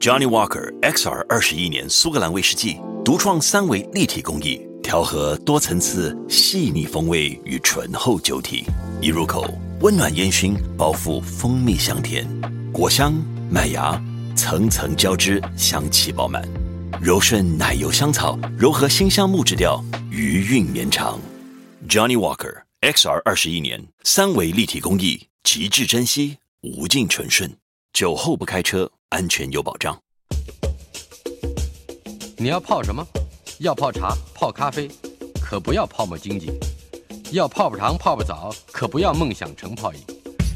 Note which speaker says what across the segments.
Speaker 1: Johnny Walker XR 二十一年苏格兰威士忌，独创三维立体工艺，调和多层次细腻风味与醇厚酒体，一入口温暖烟熏，包覆蜂蜜香甜，果香、麦芽层层交织，香气饱满，柔顺奶油香草，柔和新香木质调，余韵绵长。Johnny Walker XR 二十一年三维立体工艺，极致珍惜，无尽纯顺。酒后不开车，安全有保障。
Speaker 2: 你要泡什么？要泡茶、泡咖啡，可不要泡沫经济；要泡泡糖、泡泡澡，可不要梦想成泡影；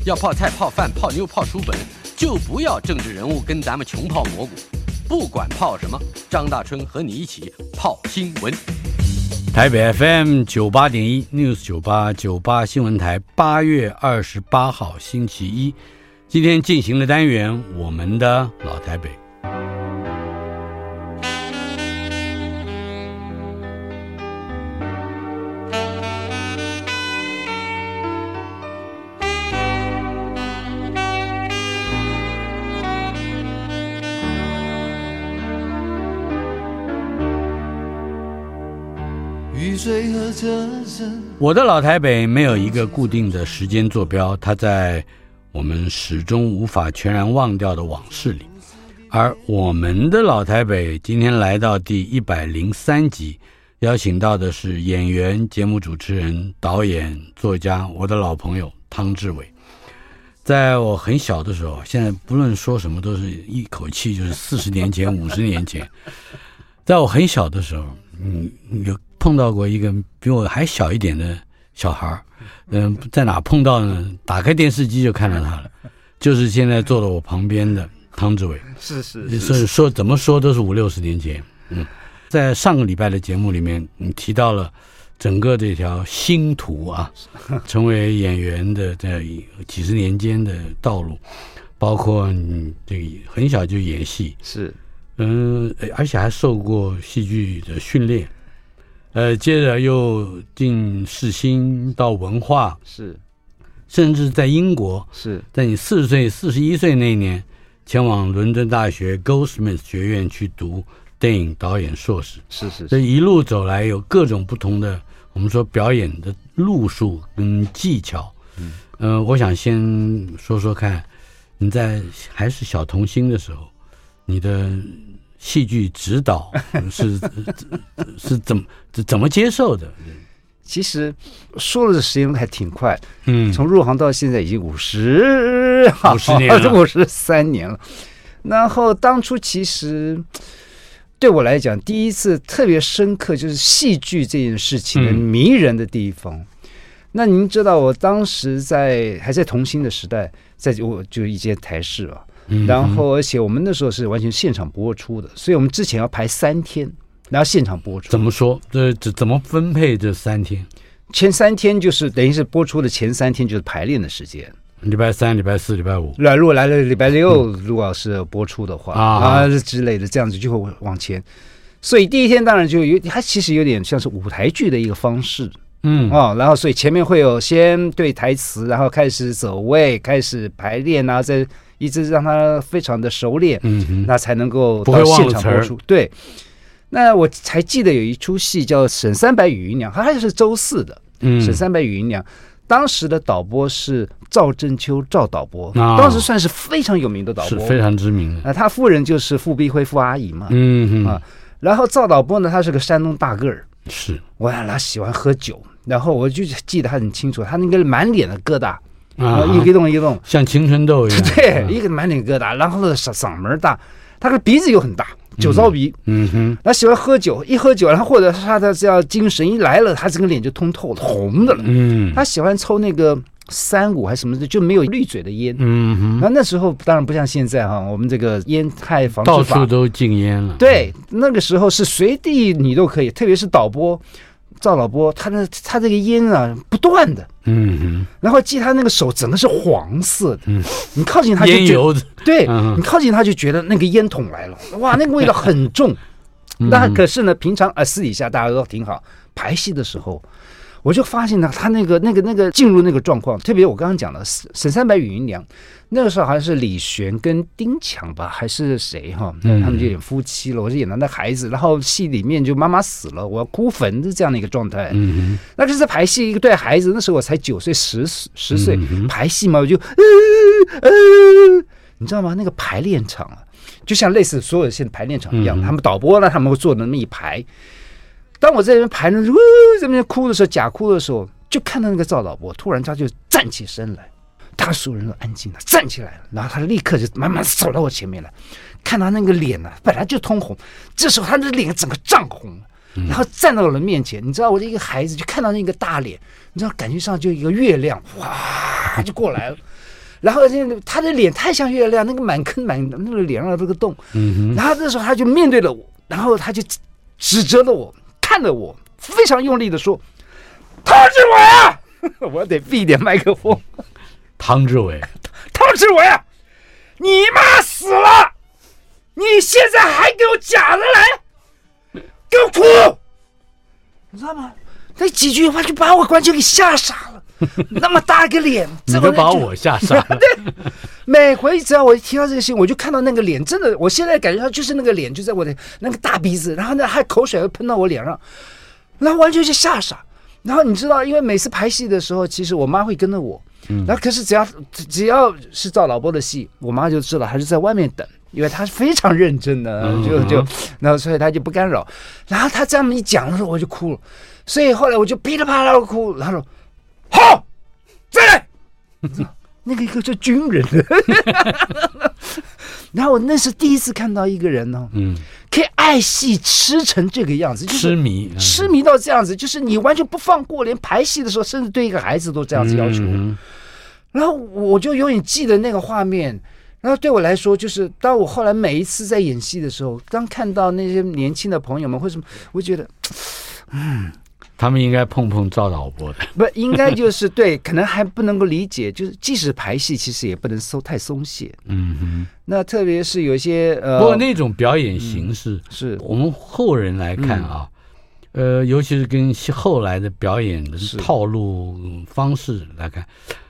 Speaker 2: 要泡菜、泡饭、泡妞、泡书本，就不要政治人物跟咱们穷泡蘑菇。不管泡什么，张大春和你一起泡新闻。
Speaker 3: 台北 FM 九八点一 News 九八九八新闻台，八月二十八号星期一，今天进行的单元，我们的老台北。
Speaker 4: 雨水和车声，
Speaker 3: 我的老台北没有一个固定的时间坐标，它在我们始终无法全然忘掉的往事里。而我们的老台北今天来到第一百零三集，邀请到的是演员、节目主持人、导演、作家，我的老朋友汤志伟。在我很小的时候，现在不论说什么都是一口气，就是四十年前、五十年前。在我很小的时候，嗯，有碰到过一个比我还小一点的小孩儿，嗯，在哪碰到呢？打开电视机就看到他了，就是现在坐在我旁边的汤志伟。
Speaker 5: 是是
Speaker 3: 所以说怎么说都是五六十年前。嗯，在上个礼拜的节目里面，你提到了整个这条星途啊，成为演员的这几十年间的道路，包括你这个很小就演戏，
Speaker 5: 是，
Speaker 3: 嗯，呃而且还受过戏剧的训练。呃，接着又进世新到文化，
Speaker 5: 是
Speaker 3: 甚至在英国，
Speaker 5: 是
Speaker 3: 在你四十岁、四十一岁那一年，前往伦敦大学 Goldsmith 学院去读电影导演硕士。
Speaker 5: 是是
Speaker 3: 这
Speaker 5: 是
Speaker 3: 一路走来，有各种不同的我们说表演的路数跟技巧。嗯，呃，我想先说说看，你在还是小童星的时候，你的戏剧指导 是是怎么怎么接受的？
Speaker 5: 其实说了这时间还挺快，
Speaker 3: 嗯，
Speaker 5: 从入行到现在已经五十
Speaker 3: 50年了
Speaker 5: 五十三年了。然后当初其实对我来讲，第一次特别深刻就是戏剧这件事情的
Speaker 3: 嗯
Speaker 5: 迷人的地方。那您知道，我当时在还在童星的时代，在我就一间台视啊，
Speaker 3: 嗯
Speaker 5: 然后而且我们那时候是完全现场播出的，所以我们之前要排三天，然后现场播出。
Speaker 3: 怎么说？这这怎么分配这三天？
Speaker 5: 前三天就是等于是播出的前三天就是排练的时间。
Speaker 3: 礼拜三、礼拜四、礼拜五。
Speaker 5: 那如果来了礼拜六，如果是播出的话
Speaker 3: 啊
Speaker 5: 啊之类的，这样子就会往前。所以第一天当然就有，它其实有点像是舞台剧的一个方式
Speaker 3: 嗯，
Speaker 5: 哦。然后所以前面会有先对台词，然后开始走位，开始排练啊，再一直让它非常的熟练。
Speaker 3: 嗯哼，
Speaker 5: 那才能够
Speaker 3: 不会
Speaker 5: 到
Speaker 3: 忘
Speaker 5: 现
Speaker 3: 了
Speaker 5: 场
Speaker 3: 词
Speaker 5: 播
Speaker 3: 儿
Speaker 5: 出。对，那我才记得有一出戏叫《沈三白与姨娘》，它还是周四的
Speaker 3: 嗯
Speaker 5: 《沈三白与姨娘》当时的导播是赵正秋，赵导播，
Speaker 3: 啊
Speaker 5: 当时算是非常有名的导
Speaker 3: 是
Speaker 5: 播。
Speaker 3: 非常知名的。
Speaker 5: 啊，他夫人就是傅碧辉傅阿姨嘛。
Speaker 3: 嗯哼
Speaker 5: 啊，然后赵导播呢，他是个山东大个儿，
Speaker 3: 是
Speaker 5: 我他喜欢喝酒，然后我就记得他很清楚，他那个满脸的疙瘩，
Speaker 3: 啊，
Speaker 5: 一个一动一 动，
Speaker 3: 像青春痘一样。
Speaker 5: 对，
Speaker 3: 啊
Speaker 5: 一个满脸疙瘩，然后呢嗓嗓门儿大，他的鼻子又很大，酒糟鼻，
Speaker 3: 嗯哼，
Speaker 5: 他喜欢喝酒，一喝酒，然后或者是他的这样精神一来了，他整个脸就通透了，红的了。
Speaker 3: 嗯
Speaker 5: 他喜欢抽那个三五还是什么的，就没有绿嘴的烟。
Speaker 3: 嗯哼，
Speaker 5: 那那时候当然不像现在哈，我们这个烟害防
Speaker 3: 到
Speaker 5: 治法
Speaker 3: 处都禁烟了。，
Speaker 5: 对，那个时候是随地你都可以，特别是导播赵老播，他那他这个烟啊不断的，
Speaker 3: 嗯
Speaker 5: 然后记他那个手整个是黄色的，
Speaker 3: 嗯
Speaker 5: 你靠近他
Speaker 3: 哼，
Speaker 5: 就
Speaker 3: 烟
Speaker 5: 觉得
Speaker 3: 油子。
Speaker 5: 对、
Speaker 3: 嗯
Speaker 5: 你靠近他就觉得那个烟筒来了，哇，那个味道很重。
Speaker 3: 嗯
Speaker 5: 那可是呢，平常啊、私底下大家都挺好，排戏的时候，我就发现呢，他那个那个那个进入那个状况，特别我刚刚讲的沈沈三白与云良，那个时候好像是李璇跟丁强吧，还是谁哈，
Speaker 3: 嗯
Speaker 5: 他们就演夫妻了，我是演他的孩子，然后戏里面就妈妈死了，我要哭坟的这样的一个状态，
Speaker 3: 嗯
Speaker 5: 那就是排戏一个对孩子，那时候我才九岁十十岁
Speaker 3: 嗯哼
Speaker 5: 排戏嘛，我就呃呃，你知道吗？那个排练场啊，就像类似所有现在排练场一样，
Speaker 3: 嗯哼
Speaker 5: 他们导播呢，他们会坐那么一排。当我在那边排呢，呜在那边哭的时候，假哭的时候，就看到那个赵导播突然他就站起身来，大所有人都安静了，站起来了，然后他立刻就慢慢走到我前面来，看他那个脸呢、本来就通红，这时候他的脸整个涨红了。然后站到我的面前，你知道我的一个孩子就看到那个大脸，你知道感觉上就一个月亮，哇就过来了。然后那个他的脸太像月亮，那个满坑满那个脸上的这个洞。嗯、然后这时候他就面对了我，然后他就指责了我，看着我，非常用力的说：“陶志伟啊！” 我得避一点麦克风。
Speaker 3: 哼，汤志伟，
Speaker 5: 陶志伟啊，你妈死了！你现在还给我假的来，给我哭！你知道吗？那几句话就把我完全给吓傻了。那么大个脸，
Speaker 3: 你
Speaker 5: 这
Speaker 3: 都
Speaker 5: 个人
Speaker 3: 把
Speaker 5: 就
Speaker 3: 我吓傻了。
Speaker 5: 每回只要我一听到这个新闻，我就看到那个脸，真的，我现在感觉到就是那个脸就在我的那个大鼻子，然后呢还口水会喷到我脸上，然后完全就吓傻。然后你知道，因为每次排戏的时候，其实我妈会跟着我，然后可是只要只只要是赵老波的戏，我妈就知道她是在外面等，因为她是非常认真的，就就，然后所以她就不干扰。然后她这么一讲的时候，我就哭了，所以后来我就噼里啪啦地哭，然后说好，再来。 那个一个就军人， 然后我那是第一次看到一个人呢、
Speaker 3: 嗯，
Speaker 5: 可以爱戏痴成这个样子，就是
Speaker 3: 痴迷，嗯
Speaker 5: 痴迷到这样子，就是你完全不放过，连排戏的时候，甚至对一个孩子都这样子要求。
Speaker 3: 嗯
Speaker 5: 然后我就永远记得那个画面。然后对我来说，就是当我后来每一次在演戏的时候，当看到那些年轻的朋友们或什么，我觉得
Speaker 3: 他们应该碰碰赵导播的。
Speaker 5: 不应该就是对，可能还不能够理解， 就是即使排戏，其实也不能松太松懈。
Speaker 3: 嗯
Speaker 5: 那特别是有一些
Speaker 3: 哼，
Speaker 5: 呃，
Speaker 3: 不过那种表演形式，
Speaker 5: 是
Speaker 3: 我们后人来看
Speaker 5: 嗯
Speaker 3: 啊，呃，尤其是跟西后来的表演的套路嗯方式来看，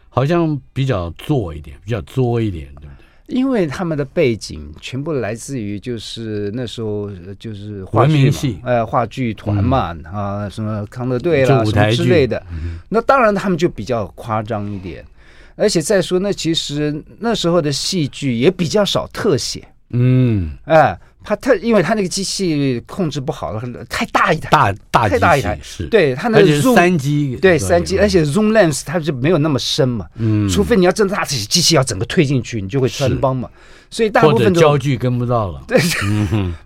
Speaker 3: 好像比较做一点，比较作一点，对不对？
Speaker 5: 因为他们的背景全部来自于就是那时候呃就是话
Speaker 3: 文
Speaker 5: 剧
Speaker 3: 明
Speaker 5: 嘛
Speaker 3: 戏
Speaker 5: 呃，话剧团嘛、啊，什么康乐队啦
Speaker 3: 就舞
Speaker 5: 什么
Speaker 3: 台
Speaker 5: 之
Speaker 3: 剧嗯
Speaker 5: 类的，那当然他们就比较夸张一点。而且再说，那其实那时候的戏剧也比较少特写，
Speaker 3: 嗯，
Speaker 5: 哎、他特因为他那个机器控制不好，太大一台，
Speaker 3: 大大
Speaker 5: 太
Speaker 3: 机
Speaker 5: 大一
Speaker 3: 器
Speaker 5: 台
Speaker 3: 是，，
Speaker 5: 对他那
Speaker 3: 而
Speaker 5: 个
Speaker 3: 且是
Speaker 5: zoom
Speaker 3: 三机，
Speaker 5: 对三 G，而
Speaker 3: 且
Speaker 5: 且 zoom lens 它就没有那么深嘛，
Speaker 3: 嗯，
Speaker 5: 除非你要真的大体机器要整个推进去，你就会穿帮嘛。所以大
Speaker 3: 或
Speaker 5: 部
Speaker 3: 者
Speaker 5: 分都
Speaker 3: 焦距跟不到了，对，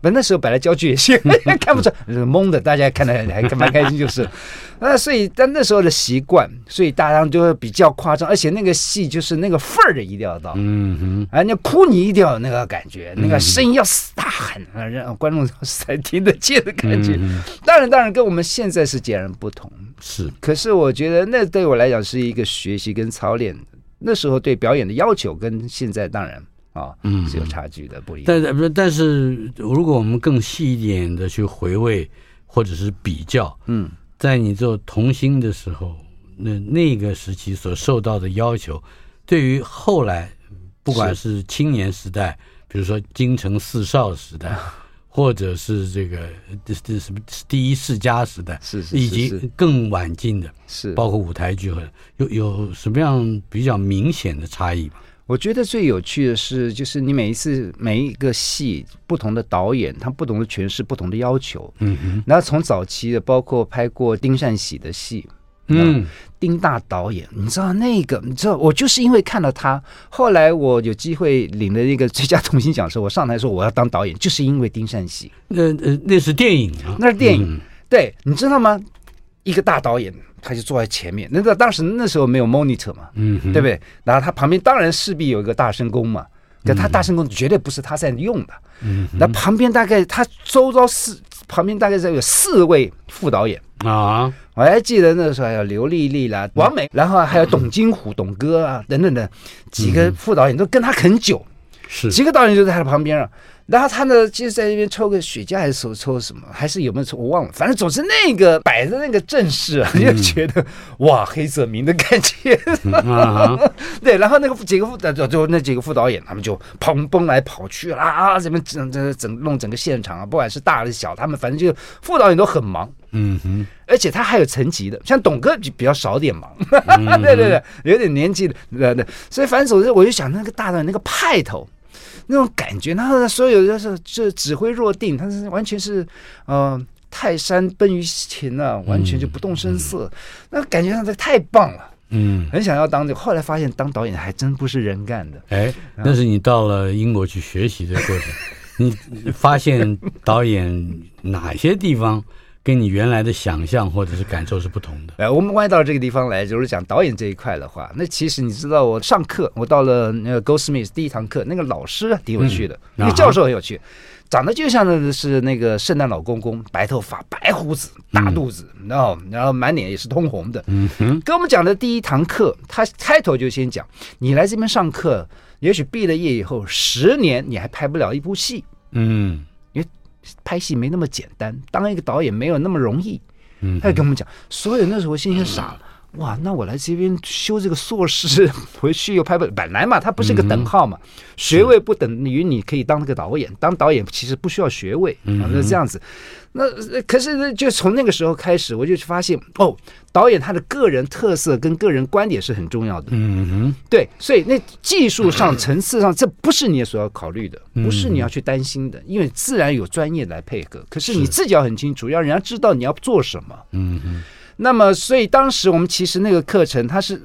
Speaker 5: 不，那时候本来焦距 也是看不出，呃蒙的，大家看的还还蛮开 心就是了。那所以，但那时候的习惯，所以大家就会比较夸张，而且那个戏就是那个份儿的一定要到，
Speaker 3: 嗯哼。
Speaker 5: 哎，那哭你一定要有那个感觉，那个声音要嘶大喊，啊让观众 才听得见的感觉。
Speaker 3: 嗯
Speaker 5: 当然，当然跟我们现在是截然不同。
Speaker 3: 是，
Speaker 5: 可是我觉得那对我来讲是一个学习跟操练，那时候对表演的要求跟现在当然啊、
Speaker 3: 嗯
Speaker 5: 是有差距的，不一样。
Speaker 3: 但是不是但是如果我们更细一点的去回味或者是比较，
Speaker 5: 嗯，
Speaker 3: 在你做童星的时候，那那个时期所受到的要求，对于后来不管是青年时代，比如说京城四少时代。
Speaker 5: 啊
Speaker 3: 或者是这个这这什么第一世家时代，
Speaker 5: 是是是
Speaker 3: 以及
Speaker 5: 是
Speaker 3: 更晚近的，
Speaker 5: 是
Speaker 3: 包括舞台剧和有有什么样比较明显的差异吗？
Speaker 5: 我觉得最有趣的是，就是你每一次每一个戏，不同的导演他不同的诠释，不同的要求。嗯哼。然后从早期的，包括拍过丁善喜的戏，
Speaker 3: 嗯，
Speaker 5: 丁大导演，你知道那个，你知道我就是因为看到他，后来我有机会领了一个最佳童星奖的时候，我上台说我要当导演，就是因为丁善喜，
Speaker 3: 那呃那是电影啊，
Speaker 5: 那是电影。
Speaker 3: 嗯
Speaker 5: 对，你知道吗？一个大导演，他就坐在前面，那个当时那时候没有 monitor 嘛，
Speaker 3: 嗯哼
Speaker 5: 对不对？然后他旁边当然势必有一个大声公嘛，可
Speaker 3: 嗯
Speaker 5: 他大声公绝对不是他在用的。嗯，那旁边大概他周遭四旁边大概是有四位副导演，
Speaker 3: 啊，
Speaker 5: 我还记得那时候还有刘丽丽啦、王
Speaker 3: 嗯
Speaker 5: 美，然后还有董金虎、董哥啊等等等几个副导演都跟他很久。
Speaker 3: 是
Speaker 5: 几个导演就在他的旁边了。然后他呢，就是在那边抽个雪茄，还是抽抽什么，还是有没有抽，我忘了。反正总之那个摆的那个阵势啊，就觉得、哇，黑泽明的感觉。
Speaker 3: 啊哈，
Speaker 5: 对，然后那个几个副导，就就那几个副导演，他们就跑蹦来跑去啦啊，怎么整整整弄整个现场啊，不管是大的小，他们反正就副导演都很忙，
Speaker 3: 嗯哼，
Speaker 5: 而且他还有层级的，像董哥比比较少点忙， 对对对，有点年纪的，对对，所以反正总之我就想那个大的那个派头。那种感觉，然后呢，所有就是就指挥若定，他是完全是，呃，泰山崩于前啊，完全就不动声色，那感觉上这太棒了，
Speaker 3: 嗯，
Speaker 5: 很想要当这个，后来发现当导演还真不是人干的，
Speaker 3: 哎，那是你到了英国去学习的过 程，你发现导演哪些地方跟你原来的想象或者是感受是不同的？
Speaker 5: 呃，我们关于到这个地方来，就是讲导演这一块的话，那其实你知道，我上课，我到了那个 Goldsmith 第一堂课，那个老师啊挺有趣的，那个教授很有趣，长得就像那是那个圣诞老公公，白头发、白胡子、大肚子，然后然后满脸也是通红的。嗯哼，跟我们讲的第一堂课，他开头就先讲，你来这边上课，也许毕了业以后十年你还拍不了一部戏，
Speaker 3: 嗯
Speaker 5: 拍戏没那么简单，当一个导演没有那么容易。
Speaker 3: 嗯
Speaker 5: 他就跟我们讲，所以那时候我心里就傻了。哇，那我来这边修这个硕士，回去又拍不本来嘛，它不是个等号嘛，学位不等于你可以当那个导演，当导演其实不需要学位，啊，那这样子。那呃可是呢就从那个时候开始，我就发现哦，导演他的个人特色跟个人观点是很重要的。
Speaker 3: 嗯哼，
Speaker 5: 对，所以那技术上、层次上，这不是你所要考虑的，
Speaker 3: 嗯
Speaker 5: 不是你要去担心的，因为自然有专业来配合。可是你自己要很清楚，要人家知道你要做什么。
Speaker 3: 嗯哼，
Speaker 5: 那么，所以当时我们其实那个课程，他是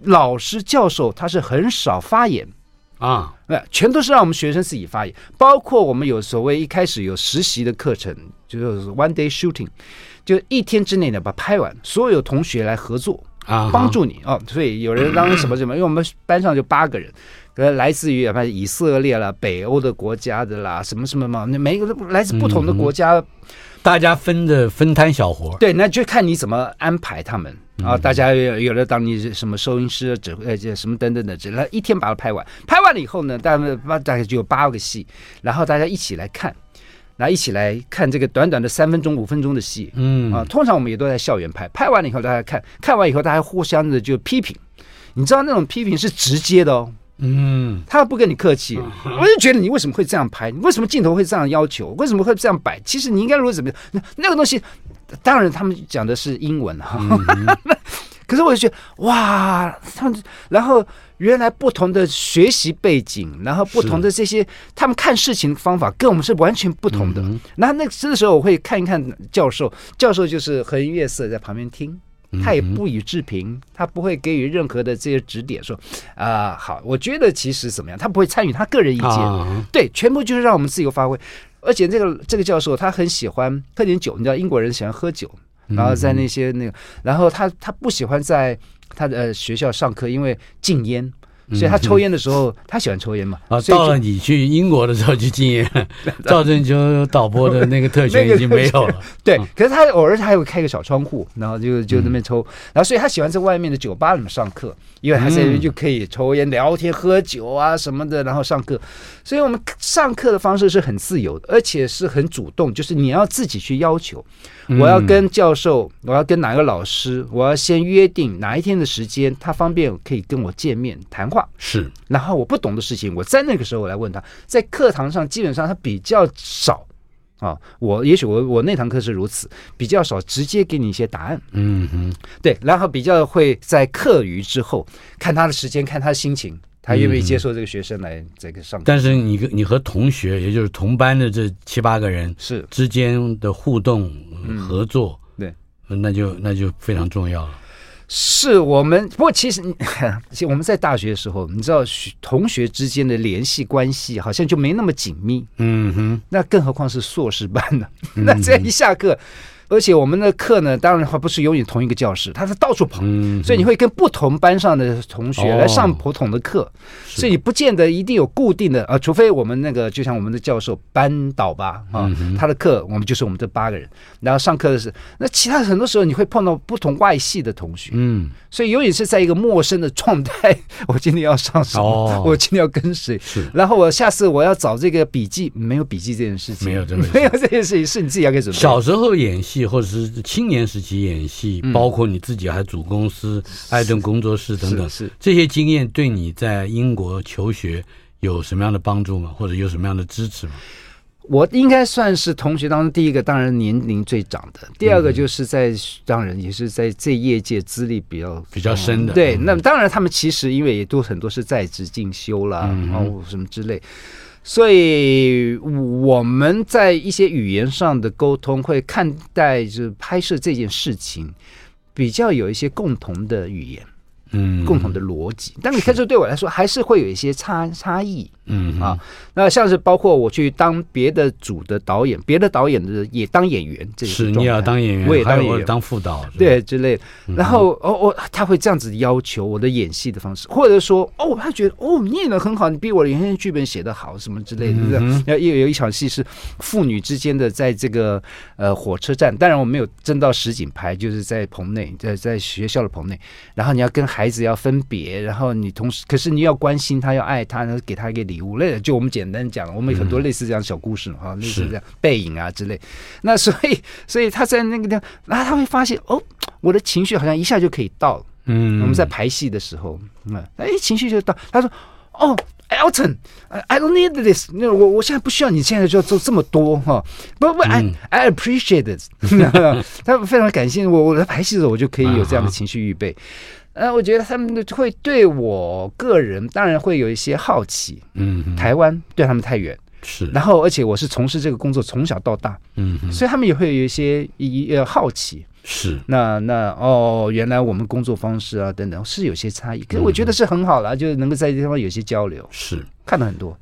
Speaker 5: 老师教授，他是很少发言，
Speaker 3: 啊，
Speaker 5: 哎，全都是让我们学生自己发言，包括我们有所谓一开始有实习的课程，就是 one day shooting，就一天之内呢把它拍完，所有同学来合作。
Speaker 3: 啊哈，
Speaker 5: 帮助你哦。所以有人当什么 什么，因为我们班上就八个人，呃，来自于反正以色列啦、北欧的国家的啦，什么什么嘛，那每一个都来自不同
Speaker 3: 嗯
Speaker 5: 的国家，
Speaker 3: 大家分着分摊小活儿，嗯
Speaker 5: 对，那就看你怎么安排他们。啊，大家有有的当你什么收音师、指挥呃这什么等等的，只来一天把它拍完。拍完了以后呢，大概八大概就有八个戏，然后大家一起来看，然后一起来看这个短短的三分钟、五分钟的戏，
Speaker 3: 嗯
Speaker 5: 啊，通常我们也都在校园拍，拍完了以后大家看，看完以后大家互相的就批评，你知道那种批评是直接的哦，
Speaker 3: 嗯
Speaker 5: 他不跟你客气，我就觉得你为什么会这样拍？你为什么镜头会这样要求？为什么会这样摆？其实你应该如何怎么样？那那个东西，当然他们讲的是英文啊 哈、可是我就觉得哇，他们然后原来不同的学习背景，然后不同的这些他们看事情的方法跟我们是完全不同的。然后那这时候我会看一看教授，教授就是和颜悦色在旁边听。他也不予置评，他不会给予任何的这些指点，说啊、好，我觉得其实怎么样，他不会参与他个人意见，
Speaker 3: 啊，
Speaker 5: 对，全部就是让我们自由发挥。而且这个这个教授他很喜欢喝点酒，你知道英国人喜欢喝酒，
Speaker 3: 嗯
Speaker 5: 然后在那些那个，然后他他不喜欢在他的、呃、学校上课，因为禁烟，所以他抽烟的时候、他喜欢抽烟嘛，
Speaker 3: 嗯啊，
Speaker 5: 所以
Speaker 3: 到
Speaker 5: 就
Speaker 3: 了你去英国的时候去禁 烟，赵正秋导播的那个特
Speaker 5: 那
Speaker 3: 权
Speaker 5: 个
Speaker 3: 已经没有了。
Speaker 5: 对，可是他偶尔他还会开个小窗户，然后就就那边抽，然后所以他喜欢在外面的酒吧里面上课，因为他在那边就可以抽烟、聊天、喝酒啊什么的，然后上课。所以我们上课的方式是很自由的，而且是很主动，就是你要自己去要求。我要跟教授，我要跟哪个老师，我要先约定哪一天的时间，他方便可以跟我见面谈话。
Speaker 3: 是，
Speaker 5: 然后我不懂的事情，我在那个时候来问他，在课堂上基本上他比较少啊，我也许我我那堂课是如此，比较少直接给你一些答案，
Speaker 3: 嗯哼，
Speaker 5: 对，然后比较会在课余之后看他的时间，看他的心情，他愿不愿意接受这个学生来这个上课，
Speaker 3: 但是你跟你和同学，也就是同班的这七八个人
Speaker 5: 是
Speaker 3: 之间的互动、呃合作，
Speaker 5: 嗯对。
Speaker 3: 那就那就非常重要了。
Speaker 5: 是我们，不过其实 你其实我们在大学的时候，你知道学同学之间的联系关系好像就没那么紧密，
Speaker 3: 嗯哼，嗯
Speaker 5: 那更何况是硕士班呢？那这样一下课，而且我们的课呢，当然话不是永远同一个教室，它是到处跑，
Speaker 3: 嗯，
Speaker 5: 所以你会跟不同班上的同学
Speaker 3: 哦
Speaker 5: 来上不同的课，
Speaker 3: 是
Speaker 5: 所以你不见得一定有固定的啊，除非我们那个就像我们的教授班导吧啊，
Speaker 3: 嗯
Speaker 5: 他的课我们就是我们这八个人，然后上课的是那其他很多时候你会碰到不同外系的同学，
Speaker 3: 嗯，
Speaker 5: 所以永远是在一个陌生的状态， 我今天要上什么，
Speaker 3: 哦
Speaker 5: 我今天要跟谁，
Speaker 3: 是
Speaker 5: 然后我下次我要找这个笔记，没有笔记这件事情，
Speaker 3: 没有这回事
Speaker 5: 没有这件事情是你自己要给准备的。
Speaker 3: 小时候演戏，或者是青年时期演戏，
Speaker 5: 嗯
Speaker 3: 包括你自己还组公司、艾顿工作室等等，
Speaker 5: 是是
Speaker 3: 这些经验对你在英国求学有什么样的帮助吗？或者有什么样的支持吗？
Speaker 5: 我应该算是同学当中第一个，当然年龄最长的。第二
Speaker 3: 嗯
Speaker 5: 个就是在，当然也是在这业界资历比较
Speaker 3: 比较深的，
Speaker 5: 哦对。
Speaker 3: 嗯
Speaker 5: 那么当然，他们其实因为也都很多是在职进修啦，
Speaker 3: 嗯
Speaker 5: 然后什么之类，所以我们在一些语言上的沟通会看待就是拍摄这件事情。比较有一些共同的语言，
Speaker 3: 嗯
Speaker 5: 共同的逻辑，但你看这对我来说还是会有一些差差异。
Speaker 3: 嗯
Speaker 5: 啊，那像是包括我去当别的组的导演，别的导演的也当演员，这个
Speaker 3: 是
Speaker 5: 状
Speaker 3: 你
Speaker 5: 态
Speaker 3: 也要当演员，
Speaker 5: 我也
Speaker 3: 还
Speaker 5: 当
Speaker 3: 有
Speaker 5: 演
Speaker 3: 我
Speaker 5: 员，
Speaker 3: 当副导，是吧，
Speaker 5: 对之类的。然后哦哦，他会这样子要求我的演戏的方式，或者说哦，他觉得哦你演的很好，你比我原先剧本写的好什么之类的。这样要有有一场戏是父女之间的在这个呃火车站，当然我没有真到实景拍，就是在棚内，在在学校的棚内。然后你要跟孩子要分别，然后你同时可是你要关心他，要爱他，然后给他一个礼物类的。就我们简单讲，我们有很多类似这样的小故事嘛哈，类似这样背影啊之类。那所以所以他在那个地方，然后他会发现哦，我的情绪好像一下就可以到了。
Speaker 3: 嗯，
Speaker 5: 我们在排戏的时候，嗯，哎，情绪就到。他说：“哦，Elton，I don't need this，那我我现在不需要你现在就要做这么多哈。不不，I
Speaker 3: 嗯
Speaker 5: I appreciate it，他 非常感谢我，我在排戏的时候我就可以有这样的情绪预 备。呃，我觉得他们会对我个人当然会有一些好奇。
Speaker 3: 嗯哼
Speaker 5: 台湾对他们太远，
Speaker 3: 是，
Speaker 5: 然后而且我是从事这个工作从小到大，
Speaker 3: 嗯哼
Speaker 5: 所以他们也会有一些一呃好奇。
Speaker 3: 是，
Speaker 5: 那那哦，原来我们工作方式啊等等是有些差异，
Speaker 3: 嗯
Speaker 5: 可是我觉得是很好啦，就是能够在这地方有些交流，
Speaker 3: 是，
Speaker 5: 看到很多。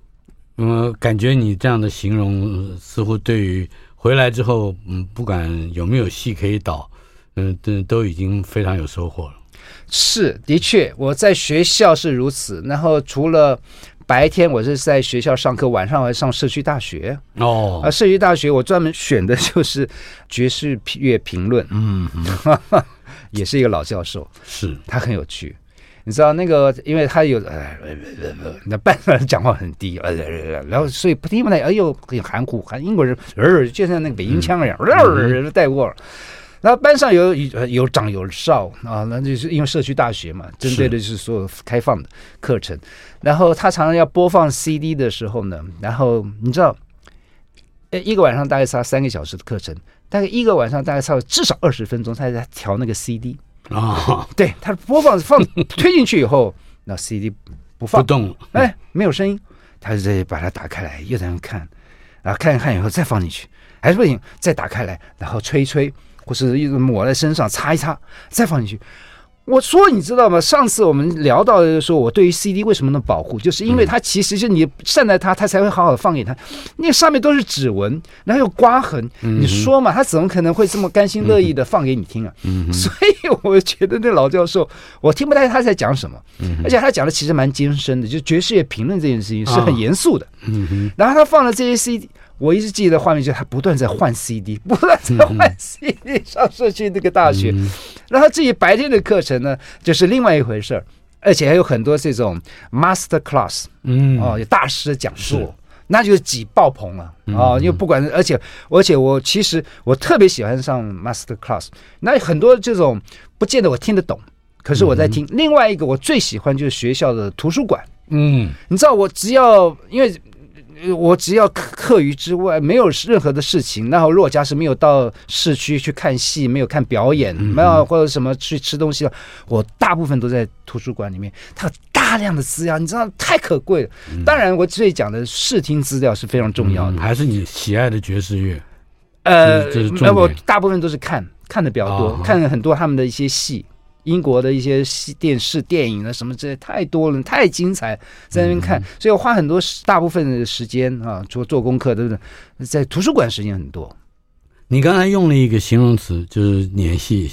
Speaker 3: 嗯，感觉你这样的形容、呃似乎对于回来之后，嗯，不管有没有戏可以导，嗯，都都已经非常有收获了。
Speaker 5: 是，的确，我在学校是如此。然后除了白天我是在学校上课，晚上我还上社区大学。
Speaker 3: 哦
Speaker 5: 啊，，社区大学我专门选的就是爵士乐评论，
Speaker 3: 嗯，
Speaker 5: 也是一个老教授。
Speaker 3: 是，
Speaker 5: 他很有趣。你知道那个，因为他有，哎那半个人讲话很低，呃然后所以不听不来，哎呦，很含糊，含英国人，呃，就像那个北京腔一样，呃，带过了。然后班上有有有长有少啊，那就是因为社区大学嘛，针对的就是所有开放的课程。然后他常常要播放 CD 的时候呢，然后你知道，呃，一个晚上大概差三个小时的课程，大概一个晚上大概差至少二十分钟，他在调那个 CD。
Speaker 3: 啊，
Speaker 5: 对，它播放放推进去 以后，那 CD 不
Speaker 3: 不
Speaker 5: 放，
Speaker 3: 动了，
Speaker 5: 哎，没有声音，他就再把它打开来，又在那看，然后看一看以后再放进去，还是不行，再打开来，然后吹一吹，或是一直抹在身上擦一擦，再放进去。我说，你知道吗？上次我们聊到的说，我对于 CD 为什么能保护，就是因为它其实是你善待它，它才会好好的放给它。那上面都是指纹，然后有刮痕，你说嘛，他怎么可能会这么甘心乐意的放给你听啊？所以我觉得那老教授，我听不太他在讲什么，而且他讲的其实蛮艰深的，就爵士乐评论这件事情是很严肃的。然后他放了这些 CD，我一直记得画面就是他不断在换 CD，不 断在换 CD 上社区那个大学，然后自己白天的课程呢，就是另外一回事儿，而且还有很多这种 master class。
Speaker 3: 嗯，
Speaker 5: 哦，有大师的讲
Speaker 3: 是嗯
Speaker 5: 座，那就是挤爆棚了哦，因为不管，而且而且我其实我特别喜欢上 master class，那很多这种不见得我听得懂，可是我在听。另外一个我最喜欢就是学校的图书馆，
Speaker 3: 嗯，
Speaker 5: 你知道我只要因为。呃我只要课课余之外没有任何的事情，然后如果假使没有到市区去看戏，没有看表演，没有或者什么去吃东西了，我大部分都在图书馆里面，它有大量的资料，你知道太可贵了。当然，我最讲的视听资料是非常重要的。
Speaker 3: 嗯还是你喜爱的爵士乐，
Speaker 5: 呃
Speaker 3: 这是重，
Speaker 5: 那我
Speaker 3: 点
Speaker 5: 大部分都是看看的比较多，
Speaker 3: 啊
Speaker 5: 看了很多他们的一些戏，英国的一些戏、电视、电影啊什么之类，太多了，太精彩，在那边
Speaker 3: 嗯
Speaker 5: 看，所以我花很多时大部分的时间啊，做做功课，对不对？在图书馆时间很多，
Speaker 3: 你刚才用了一个形容词，就是联系，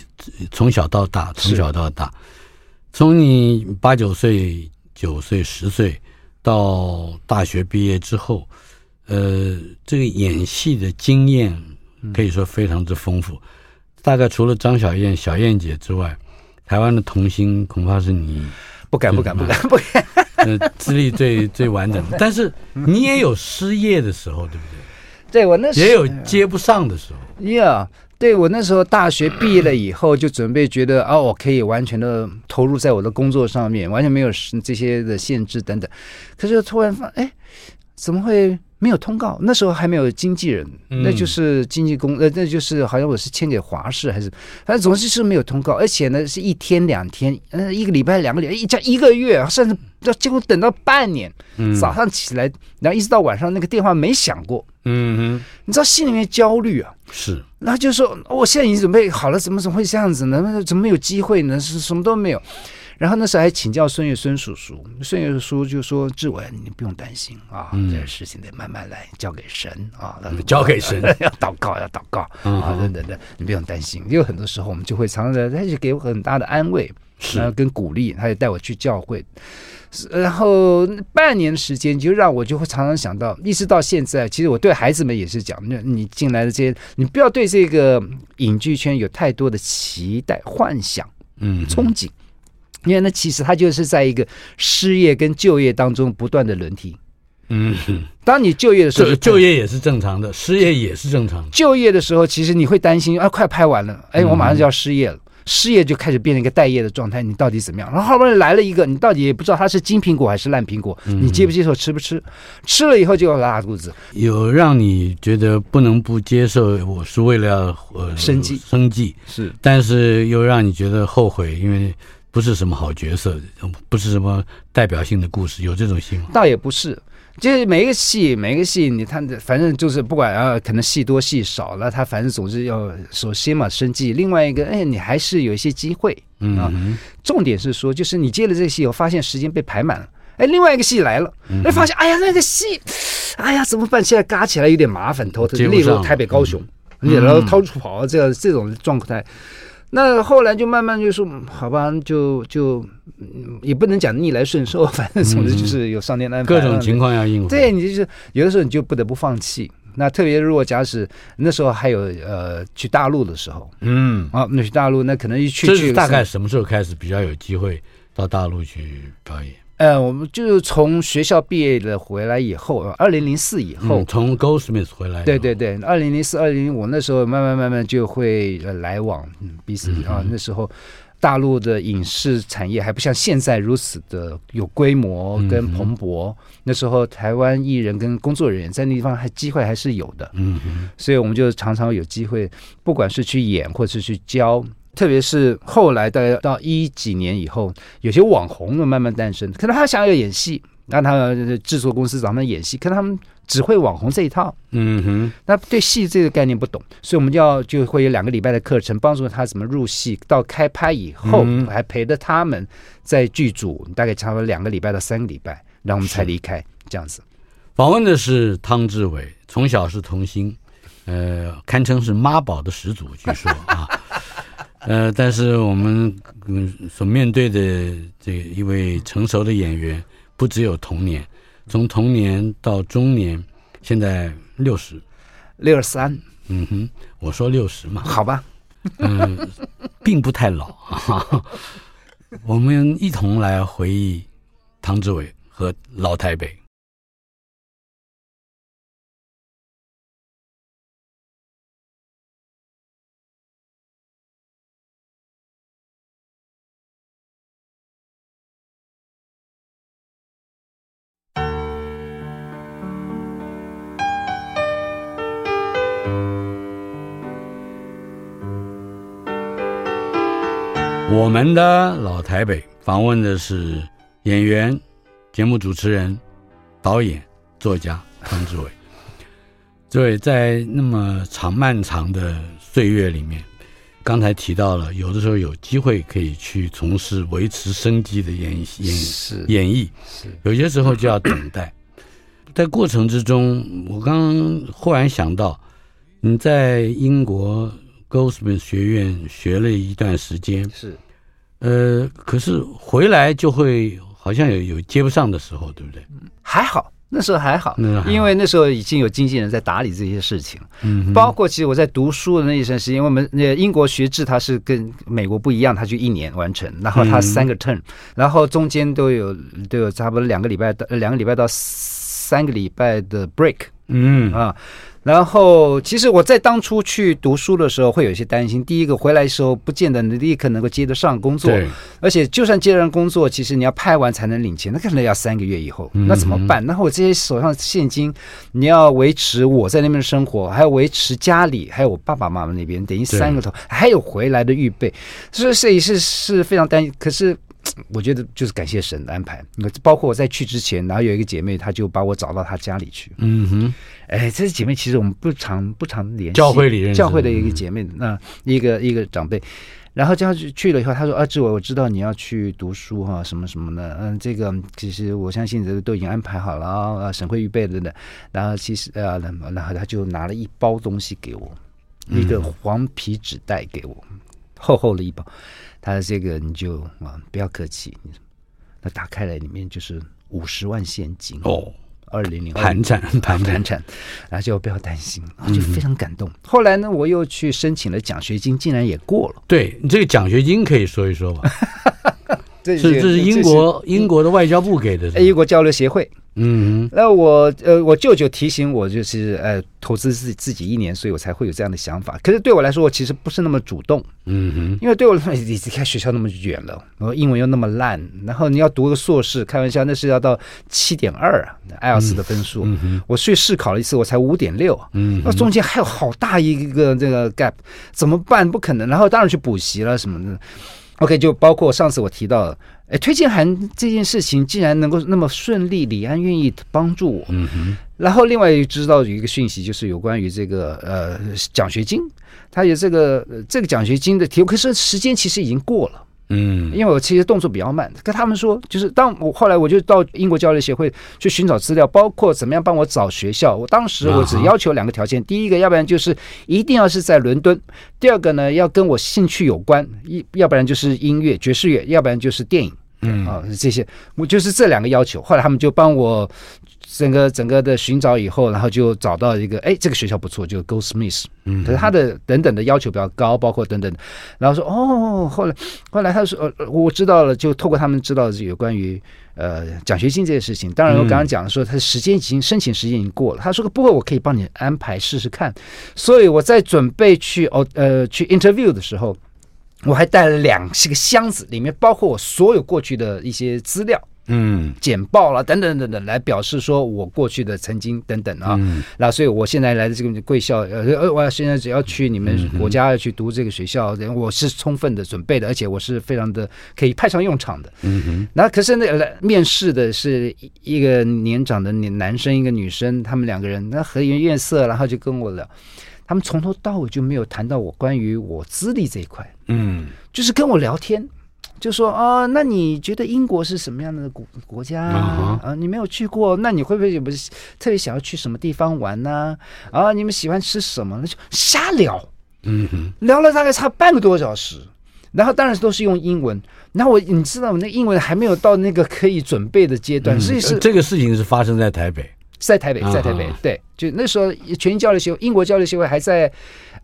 Speaker 3: 从小到大，从小到大，从你八九岁、九岁、十岁到大学毕业之后，呃，这个演戏的经验可以说非常之丰富。大概除了张小燕、小燕姐之外，台湾的童星恐怕是你
Speaker 5: 不敢不敢不敢 不敢，
Speaker 3: 呃资历最最完整 的。但是你也有失业的时候，对不对？
Speaker 5: 对我那时
Speaker 3: 也有接不上的时候。
Speaker 5: 呀对我那时候大学毕业了以后，就准备觉得啊，我可以完全的投入在我的工作上面，完全没有是这些的限制等等。可是突然发，哎，怎么会没有通告？那时候还没有经纪人，
Speaker 3: 嗯
Speaker 5: 那就是经纪公，呃，那就是好像我是签给华视还是，反正总之是没有通告，而且呢是一天两天，呃，一个礼拜两个礼拜，一加一个月，甚至到结果等到半年，早上起来，然后一直到晚上那个电话没响过，
Speaker 3: 嗯
Speaker 5: 你知道心里面焦虑啊。
Speaker 3: 哼，是
Speaker 5: 然后就说、哦我现在已经准备好了，怎么怎么会这样子呢？那怎么没有机会呢？是什么都没有。然后那时候还请教孙越孙叔叔，孙越叔就说：“志文，你不用担心啊，这事情得慢慢来，交给神啊，
Speaker 3: 嗯交给神
Speaker 5: 要祷告，要祷告
Speaker 3: 嗯
Speaker 5: 啊，等等等，你不用担心。因为很多时候我们就会常常的，他就给我很大的安慰，
Speaker 3: 是
Speaker 5: 然后跟鼓励，他也带我去教会。是然后半年的时间，就让我就会常常想到，一直到现在，其实我对孩子们也是讲，那你进来的这些，你不要对这个影剧圈有太多的期待、幻想、
Speaker 3: 嗯哼
Speaker 5: 憧憬，因为那其实它就是在一个失业跟就业当中不断的轮替。
Speaker 3: 嗯哼，
Speaker 5: 当你就业的时候
Speaker 3: 就
Speaker 5: 就，
Speaker 3: 就业也是正常的，失业也是正常的。
Speaker 5: 就业的时候，其实你会担心啊，快拍完了，哎，我马上就要失业了。失业就开始变成一个待业的状态，你到底怎么样？然后后面来了一个，你到底也不知道他是金苹果还是烂苹果，你接不接受，吃不吃？吃了以后就拉肚子，
Speaker 3: 有让你觉得不能不接受，我是为了要呃
Speaker 5: 生计
Speaker 3: 生计，
Speaker 5: 是
Speaker 3: 但是又让你觉得后悔，因为不是什么好角色，不是什么代表性的故事，有这种戏吗？
Speaker 5: 倒也不是。就是每一个戏，每一个戏，你看，反正就是不管啊，可能戏多戏少了，他反正总是要首先嘛生计，另外一个，哎，你还是有一些机会，
Speaker 3: 嗯
Speaker 5: 啊
Speaker 3: 哼，
Speaker 5: 重点是说，就是你接了这个戏以后，发现时间被排满了。哎，另外一个戏来了，
Speaker 3: 嗯
Speaker 5: 哎，发现哎呀那个戏，哎呀怎么办？现在嘎起来有点麻烦，头疼
Speaker 3: 接。不
Speaker 5: 例
Speaker 3: 上嗯
Speaker 5: 如
Speaker 3: 了
Speaker 5: 台北、高雄，你然后到处跑，这这种状态。那后来就慢慢就说，嗯好吧，就就、嗯也不能讲逆来顺受， 反正总之就是有上天安排，
Speaker 3: 各种
Speaker 5: 让
Speaker 3: 情况要应付。
Speaker 5: 对，你就是有的时候你就不得不放弃。那特别如果假使那时候还有呃去大陆的时候
Speaker 3: 嗯，
Speaker 5: 啊，那去大陆那可能一去
Speaker 3: 这是
Speaker 5: 去个
Speaker 3: 大
Speaker 5: 三
Speaker 3: 概什么时候开始比较有机会到大陆去表演？
Speaker 5: 呃，我们就是从学校毕业了回来以后，二零零四以后，
Speaker 3: 嗯，从 Goldsmith 回来以后，
Speaker 5: 对对对，二零零四、二零零五那时候，慢慢慢慢就会呃来往嗯彼此啊。那时候大陆的影视产业还不像现在如此的有规模跟蓬勃，那时候台湾艺人跟工作人员在那地方还机会还是有的，
Speaker 3: 嗯哼，
Speaker 5: 所以我们就常常有机会，不管是去演或是去教。特别是后来大概到一几年以后，有些网红的慢慢诞生，可能他想要演戏，让他呃制作公司找他们演戏，可他们只会网红这一套，
Speaker 3: 嗯哼，
Speaker 5: 那对戏这个概念不懂，所以我们就要就会有两个礼拜的课程，帮助他怎么入戏，到开拍以后、
Speaker 3: 嗯
Speaker 5: 还陪着他们在剧组，大概差不多两个礼拜到三个礼拜，然后我们才离开这样子。
Speaker 3: 访问的是汤志伟，从小是童星，呃，堪称是妈宝的始祖，据说啊， 呃，但是我们嗯所面对的这一位成熟的演员，不只有童年，从童年到中年，现在六十，
Speaker 5: 六十三，
Speaker 3: 嗯哼，我说六十嘛，
Speaker 5: 好吧，
Speaker 3: 嗯，并不太老啊。 我们一同来回忆汤志伟和老台北。我们的老台北访问的是演员、节目主持人、导演、作家汤志伟。志伟在那么长漫长的岁月里面，刚才提到了，有的时候有机会可以去从事维持生计的演演
Speaker 5: 是
Speaker 3: 演绎，有些时候就要等待。在过程之中，我刚刚忽然想到，你在英国 Goldsmith 学院学了一段时间，
Speaker 5: 是
Speaker 3: 呃，可是回来就会好像有有接不上的时候，对不对？
Speaker 5: 还好，那时候还好
Speaker 3: 那时候还，好
Speaker 5: 因为那时候已经有经纪人在打理这些事情，
Speaker 3: 嗯
Speaker 5: 包括其实我在读书的那一段时间，因为我们那英国学制它是跟美国不一样，它就一年完成，然后它三个
Speaker 3: 嗯
Speaker 5: term，、然后中间都有都有差不多两个礼拜到呃两个礼拜到三个礼拜的 break，
Speaker 3: 嗯
Speaker 5: 啊。然后，其实我在当初去读书的时候，会有一些担心。第一个，回来的时候不见得立刻能够接得上工作，
Speaker 3: 对，
Speaker 5: 而且就算接得上工作，其实你要拍完才能领钱，那可能要三个月以后，那怎么办？然后我这些手上现金，你要维持我在那边的生活，还要维持家里，还有我爸爸妈妈那边，等于
Speaker 3: 对
Speaker 5: 三个头，还有回来的预备，所以所以是是非常担心。可是我觉得就是感谢神的安排，包括我在去之前，然后有一个姐妹，她就把我找到她家里去，
Speaker 3: 嗯哼，
Speaker 5: 哎，这姐妹其实我们不常不常联系，
Speaker 3: 教会里认识嗯
Speaker 5: 教会的一个姐妹，那一个一个长辈，然后叫她去去了以后，她说：“啊，志伟，我知道你要去读书哈、什么什么的，嗯，这个其实我相信这都已经安排好了啊，呃省会预备等等。”然后其实呃，然后然后她就拿了一包东西给我，一个
Speaker 3: 嗯
Speaker 5: 黄皮纸袋给我，厚厚的一包。她说：“这个你就啊，不要客气。”那打开来里面就是五十万现金，
Speaker 3: 哦，
Speaker 5: 二零零二
Speaker 3: 盘缠盘嗯
Speaker 5: 难
Speaker 3: 缠，
Speaker 5: 产，然后就不要担心，我就非常感动。后来呢，我又去申请了奖学金，竟然也过了。
Speaker 3: 对你这个奖学金可以说一说吧？
Speaker 5: 这
Speaker 3: 是这是英国英国的外交部给的是吧，
Speaker 5: 英国交流协会。
Speaker 3: 嗯哼，
Speaker 5: 那我呃，我舅舅提醒我，就是呃，投资自己自己一年，所以我才会有这样的想法。可是对我来说，我其实不是那么主动，
Speaker 3: 嗯哼，
Speaker 5: 因为对我来说，你离开学校那么远了，然后英文又那么烂，然后你要读个硕士，开玩笑，那是要到七点二啊，爱尔斯的分数。
Speaker 3: 嗯哼，
Speaker 5: 我去试考了一次，我才五点六，
Speaker 3: 嗯
Speaker 5: 那
Speaker 3: 哼，
Speaker 5: 中间还有好大一个这个 gap，怎么办？不可能。然后当然去补习了什么的。OK，就包括上次我提到的，哎，推荐函这件事情竟然能够那么顺利，李安愿意帮助我。
Speaker 3: 嗯哼，
Speaker 5: 然后另外又知道有一个讯息，就是有关于这个呃奖学金，它有这个呃这个奖学金的题目，可是时间其实已经过了。
Speaker 3: 嗯
Speaker 5: 因为我其实动作比较慢，跟他们说，就是当我后来我就到英国交流协会去寻找资料，包括怎么样帮我找学校。我当时我只要求两个条件，第一个，要不然就是一定要是在伦敦；第二个呢，要跟我兴趣有关，一要不然就是音乐、爵士乐，要不然就是电影。嗯啊，这些我就是这两个要求。后来他们就帮我整个整个的寻找以后，然后就找到一个，哎，这个学校不错，就 Goldsmiths。嗯，可是他的等等的要求比较高，包括等等的。然后说哦，后来后来他说，呃呃我知道了，就透过他们知道有关于呃奖学金这些事情。当然，我刚刚讲的说，他时间已经申请时间已经过了。他说不过我可以帮你安排试试看。所以我在准备去哦呃去 interview 的时候，我还带了两这个箱子，里面包括我所有过去的一些资料。
Speaker 3: 嗯
Speaker 5: 简报啦，等等等等，来表示说我过去的曾经等等啊。那所以我现在来的这个贵校，呃，呃我现在只要去你们国家去读这个学校，然后我是充分的准备的，而且我是非常的可以派上用场的。嗯哼。那可是那来面试的是一个年长的年男生，一个女生，他们两个人那和颜悦色，然后就跟我聊，他们从头到尾就没有谈到我关于我资历这一块。
Speaker 3: 嗯
Speaker 5: 就是跟我聊天，就说啊、那你觉得英国是什么样的国国家啊
Speaker 3: 啊、
Speaker 5: 啊你没有去过，那你会不会有不是特别想要去什么地方玩呢、啊？你们喜欢吃什么？那就瞎聊，
Speaker 3: 嗯哼，
Speaker 5: 聊了大概差半个多小时。然后当然都是用英文，然后我你知道我那英文还没有到那个可以准备的阶段，所以是
Speaker 3: 呃这个事情是发生在台北，
Speaker 5: 在台北，
Speaker 3: 啊
Speaker 5: 在台北
Speaker 3: 啊，
Speaker 5: 对，就那时候全英交流协会，英国交流协会还在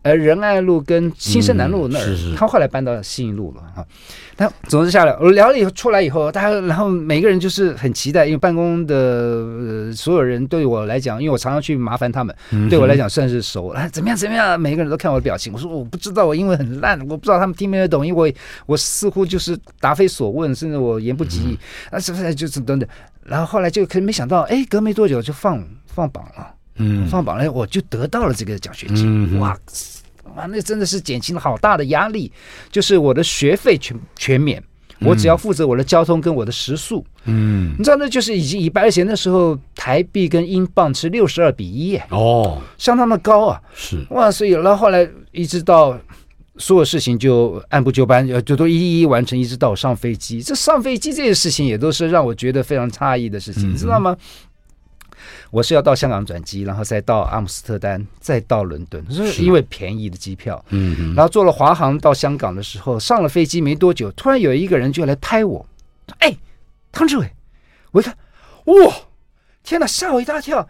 Speaker 5: 呃仁爱路跟新生南路那儿，
Speaker 3: 嗯是是
Speaker 5: 他后来搬到信义路了啊。他总之下来，我聊了以后出来以后，大家然后每个人就是很期待，因为办公的、呃所有人对我来讲，因为我常常去麻烦他们，
Speaker 3: 嗯
Speaker 5: 对我来讲算是熟。哎，怎么样怎么样？每个人都看我的表情，我说我不知道，我英文很烂，我不知道他们听没听得懂，因为我我似乎就是答非所问，甚至我言不及义，
Speaker 3: 嗯
Speaker 5: 啊，是不是就是等等。然后后来就可没想到，哎，隔没多久就放放榜了，
Speaker 3: 嗯
Speaker 5: 放榜了，我就得到了这个奖学
Speaker 3: 嗯
Speaker 5: 金，
Speaker 3: 哼
Speaker 5: 哇哇，啊那真的是减轻了好大的压力，就是我的学费全全免。我只要负责我的交通跟我的食宿，
Speaker 3: 嗯
Speaker 5: 你知道，那就是已经一半，而且那时候台币跟英镑是六十二比一，
Speaker 3: 哦
Speaker 5: 相当的高啊！
Speaker 3: 是
Speaker 5: 哇，所以然后后来一直到所有事情就按部就班，呃，就都一一完成，一直到我上
Speaker 3: 嗯
Speaker 5: 飞机。这上飞机这些事情也都是让我觉得非常诧异的事情，你知道吗？我是要到香港转机，然后再到阿姆斯特丹，再到伦敦，是因为便宜的机票。
Speaker 3: 嗯哼，
Speaker 5: 然后坐了华航到香港的时候，上了飞机没多久，突然有一个人就来拍我，说哎，汤志伟，我一看，哇，天哪，吓我一大跳！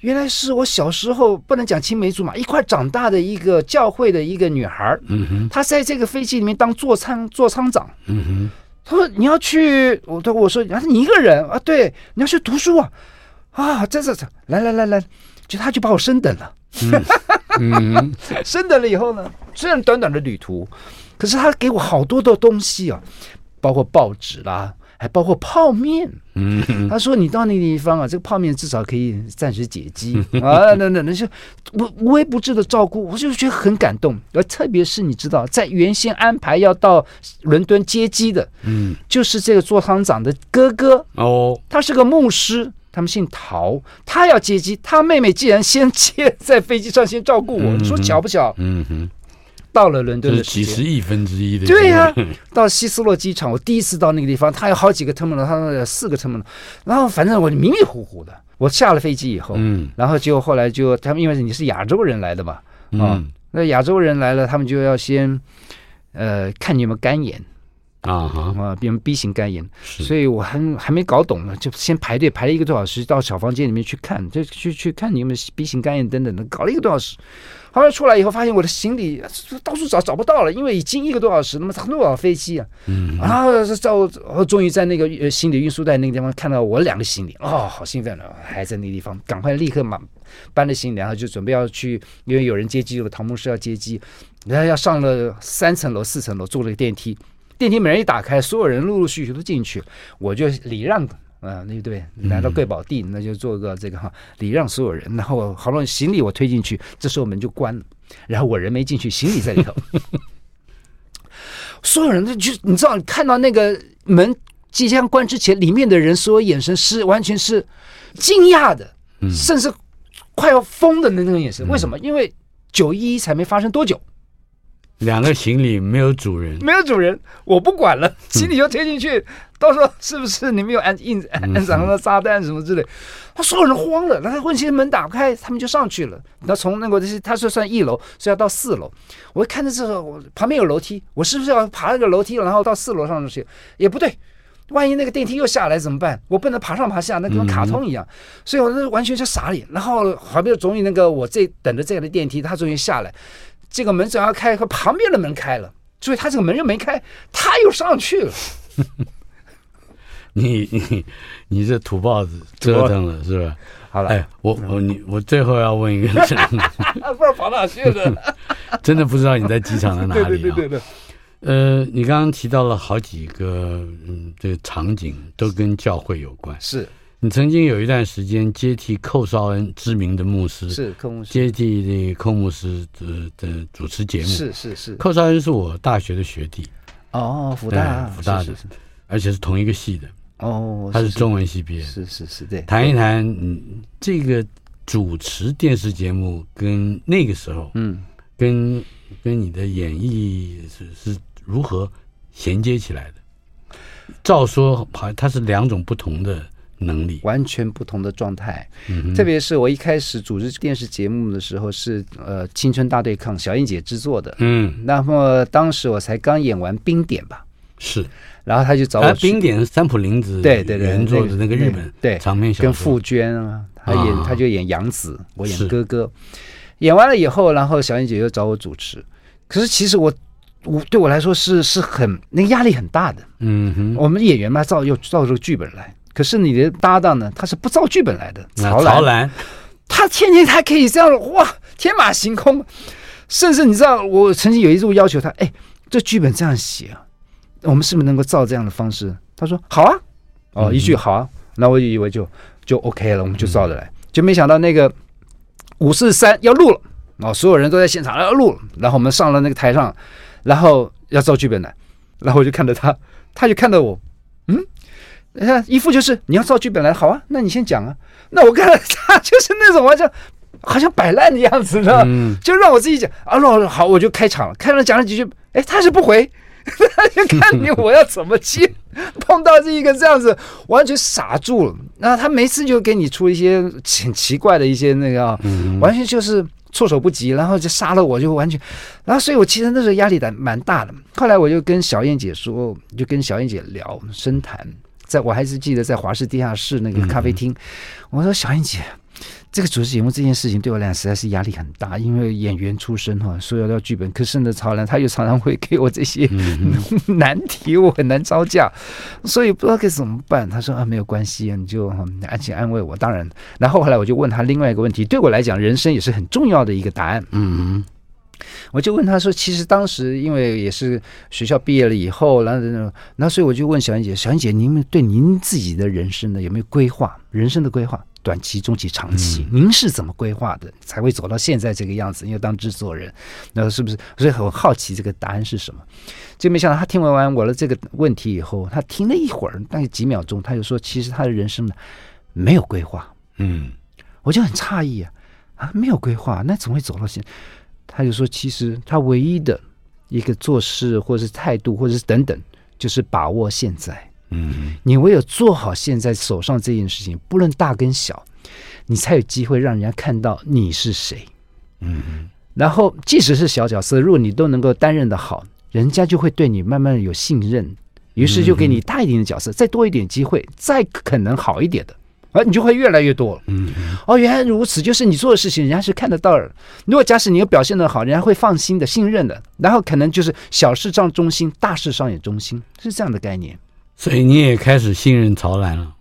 Speaker 5: 原来是我小时候不能讲青梅竹马，一块长大的一个教会的一个女孩儿，
Speaker 3: 嗯哼，
Speaker 5: 她在这个飞机里面当座舱座舱长。
Speaker 3: 嗯哼，
Speaker 5: 他说你要去，我对我说，然后你一个人啊，对，你要去读书啊，啊，这这这，来来来来，就他就把我升等了，
Speaker 3: 嗯
Speaker 5: 升等了以后呢，虽然短短的旅途，可是他给我好多的东西啊，包括报纸啦，还包括泡面。
Speaker 3: 嗯哼，
Speaker 5: 他说你到那个地方啊，这个泡面至少可以暂时解饥啊，等等，那些无无微不至的照顾，我就觉得很感动。而特别是你知道，在原先安排要到伦敦接机的，
Speaker 3: 嗯，
Speaker 5: 就是这个座堂长的哥哥，
Speaker 3: 哦，
Speaker 5: 他是个牧师，他们姓陶，他要接机，他妹妹既然先接在飞机上先照顾我，你说巧不巧？
Speaker 3: 嗯哼，
Speaker 5: 到了伦敦
Speaker 3: 这
Speaker 5: 的
Speaker 3: 是
Speaker 5: 时
Speaker 3: 几
Speaker 5: 间
Speaker 3: 十。亿分之一的，
Speaker 5: 对呀、 到希斯洛机场，我第一次到那个地方，它有好几个 terminal，它有四个 terminal，然后反正我迷迷糊糊的。我下了飞机以后，
Speaker 3: 嗯
Speaker 5: 然后就后来就他们因为你是亚洲人来的嘛，啊、
Speaker 3: 嗯
Speaker 5: 那亚洲人来了，他们就要先呃看你有没有肝炎
Speaker 3: 啊哈，
Speaker 5: 啊，比如 B 型肝炎，
Speaker 3: 是
Speaker 5: 所以我还还没搞懂呢，就先排队排了一个多小时，到小房间里面去看，就去去看你有没有 B 型肝炎等等的，搞了一个多小时。后来出来以后，发现我的行李呃到处找找不到了，因为已经一个多小时，那么多少飞机啊！
Speaker 3: 嗯，
Speaker 5: 然后是到我终于在那个呃行李运输带那个地方看到我两个行李，哦，好兴奋啊！还在那个地方，赶快立刻满搬了行李，然后就准备要去，因为有人接机了，唐牧师要接机，然后要上了三层楼、四层楼，坐了个电梯，电梯门一打开，所有人陆陆续续都进去，我就礼让。啊，那对，来到贵宝地，那就做个这个哈，礼让所有人。然后好不容易行李我推进去，这时候门就关了，然后我人没进去，行李在里头。 所有人都就你知道，看到那个门即将关之前，里面的人所有眼神是完全是惊讶的，甚至快要疯的那种眼神。为什么？因为九一一才没发生多久，
Speaker 3: 两个行李没有主人，
Speaker 5: 没有主人，我不管了，行李就推进去，到时候是不是你们有安印安藏了炸弹什么之类？他所有人慌了，然后问题门打开，他们就上去了。那从那个就是他是算一楼，是要到四楼。我一看到这个，我旁边有楼梯，我是不是要爬那个楼梯，然后到四楼上去？也不对。万一那个电梯又下来怎么办？我不能爬上爬下，那跟卡通一样，所以我那完全就傻脸。然后旁边终于那个我这等着这样的电梯，他终于下来，这个门正要开，可旁边的门开了，所以他这个门又没开，他又上去了。
Speaker 3: 你你你这土包子折腾了是吧？
Speaker 5: 好了，嗯
Speaker 3: 哎，我我你我最后要问一个，真的
Speaker 5: 啊不知道跑哪去了。
Speaker 3: 真的不知道你在机场 的哪
Speaker 5: 对
Speaker 3: 里啊？
Speaker 5: 对对对对，
Speaker 3: 呃，你刚刚提到了好几个嗯，这个场景都跟教会有关。
Speaker 5: 是
Speaker 3: 你曾经有一段时间接替寇绍恩知名的牧师，
Speaker 5: 是科目是
Speaker 3: 接替这个寇牧师的的主持节目。
Speaker 5: 是是是
Speaker 3: 寇绍恩是我大学的学弟，
Speaker 5: 哦，福大
Speaker 3: 哎对福大的
Speaker 5: 是是是
Speaker 3: 而且是同一个系的，
Speaker 5: 哦，
Speaker 3: 他是中文系毕业的。
Speaker 5: 是是是对，
Speaker 3: 谈一谈嗯，这个主持电视节目跟那个时候，
Speaker 5: 嗯，
Speaker 3: 跟跟你的演绎是是如何衔接起来的？照说，好，它是两种不同的能力。
Speaker 5: 完全不同的状态。
Speaker 3: 嗯哼
Speaker 5: 特别是我一开始组织电视节目的时候是呃《青春大对抗》，小燕姐制作的。
Speaker 3: 嗯，
Speaker 5: 那么当时我才刚演完《冰点》吧，
Speaker 3: 是。
Speaker 5: 然后他就找
Speaker 3: 而
Speaker 5: 我去
Speaker 3: 啊冰点是三浦绫子
Speaker 5: 对对对
Speaker 3: 原作的那个日本
Speaker 5: 对
Speaker 3: 长篇小
Speaker 5: 跟
Speaker 3: 说
Speaker 5: 傅娟啊，他演、
Speaker 3: 啊
Speaker 5: 他就演杨子，我
Speaker 3: 是
Speaker 5: 演哥哥。演完了以后，然后小燕姐又找我主持，可是其实我我对我来说是是很那个压力很大的。
Speaker 3: 嗯哼，
Speaker 5: 我们演员嘛，照又照这个剧本来。可是你的搭档呢？他是不照剧本来的，
Speaker 3: 那
Speaker 5: 曹
Speaker 3: 啊曹
Speaker 5: 澜，
Speaker 3: 澜，
Speaker 5: 他天天他可以这样哇，天马行空。甚至你知道，我曾经有一度要求他，哎，这剧本这样写啊，我们是不是能够照这样的方式？他说好啊，哦，一句好啊，那我以为就就 OK 了，我们就照着来，就没想到那个五四三要录了，哦，所有人都在现场要录了，然后我们上了那个台上，然后要照剧本来，然后我就看着他，他就看到我，嗯。他一副就是你要照剧本来，好啊，那你先讲啊。那我看到他 就是那种好像好像摆烂的样子，你知道吗？
Speaker 3: 嗯
Speaker 5: 就让我自己讲啊，老好，我就开场了，开场讲了几句，哎，他是不回， 他就看你我要怎么接，碰到这一个这样子，完全傻住了。那他每次就给你出一些很奇怪的一些那个啊，完全就是措手不及，然后就杀了我，就完全，然后所以我其实那时候压力蛮蛮大的。后来我就跟小燕姐说，就跟小燕姐聊深谈，在我还是记得在华氏地下室那个咖啡厅，我说小燕姐。这个主持节目这件事情对我来讲实在是压力很大，因为演员出身哈，所有要剧本，可是呢，曹兰他又常常会给我这些 难题，我很难招架，所以不知道该怎么办。他说啊，没有关系，你就嗯安心安慰我。当然，然后后来我就问他另外一个问题，对我来讲，人生也是很重要的一个答案。
Speaker 3: 嗯
Speaker 5: 我就问他说，其实当时因为也是学校毕业了以后，然后然后然后所以我就问小燕姐，小燕姐，您们对您自己的人生呢有没有规划？人生的规划，短期、中期、长期，您是怎么规划的，才会走到现在这个样子？因为当制作人，那是不是？所以很好奇这个答案是什么。就没想到他听完完我的这个问题以后，他停了一会儿，大概几秒钟，他就说，其实他的人生呢没有规划。
Speaker 3: 嗯
Speaker 5: 我就很诧异啊，啊，没有规划，那怎么会走到现？他就说，其实他唯一的一个做事或者是态度，或者是等等，就是把握现在。
Speaker 3: 嗯
Speaker 5: 你唯有做好现在手上这件事情，不论大跟小，你才有机会让人家看到你是谁。
Speaker 3: 嗯
Speaker 5: 然后，即使是小角色，如果你都能够担任的好，人家就会对你慢慢有信任，于是就给
Speaker 3: 嗯
Speaker 5: 你大一点的角色，再多一点机会，再可能好一点的，而你就会越来越多了。
Speaker 3: 嗯
Speaker 5: 哦，原来如此，就是你做的事情，人家是看得到的。如果假使你有表现得好，人家会放心的、信任的，然后可能就是小事上忠心，大事上也忠心，是这样的概念。
Speaker 3: 所以你也开始信任曹澜了。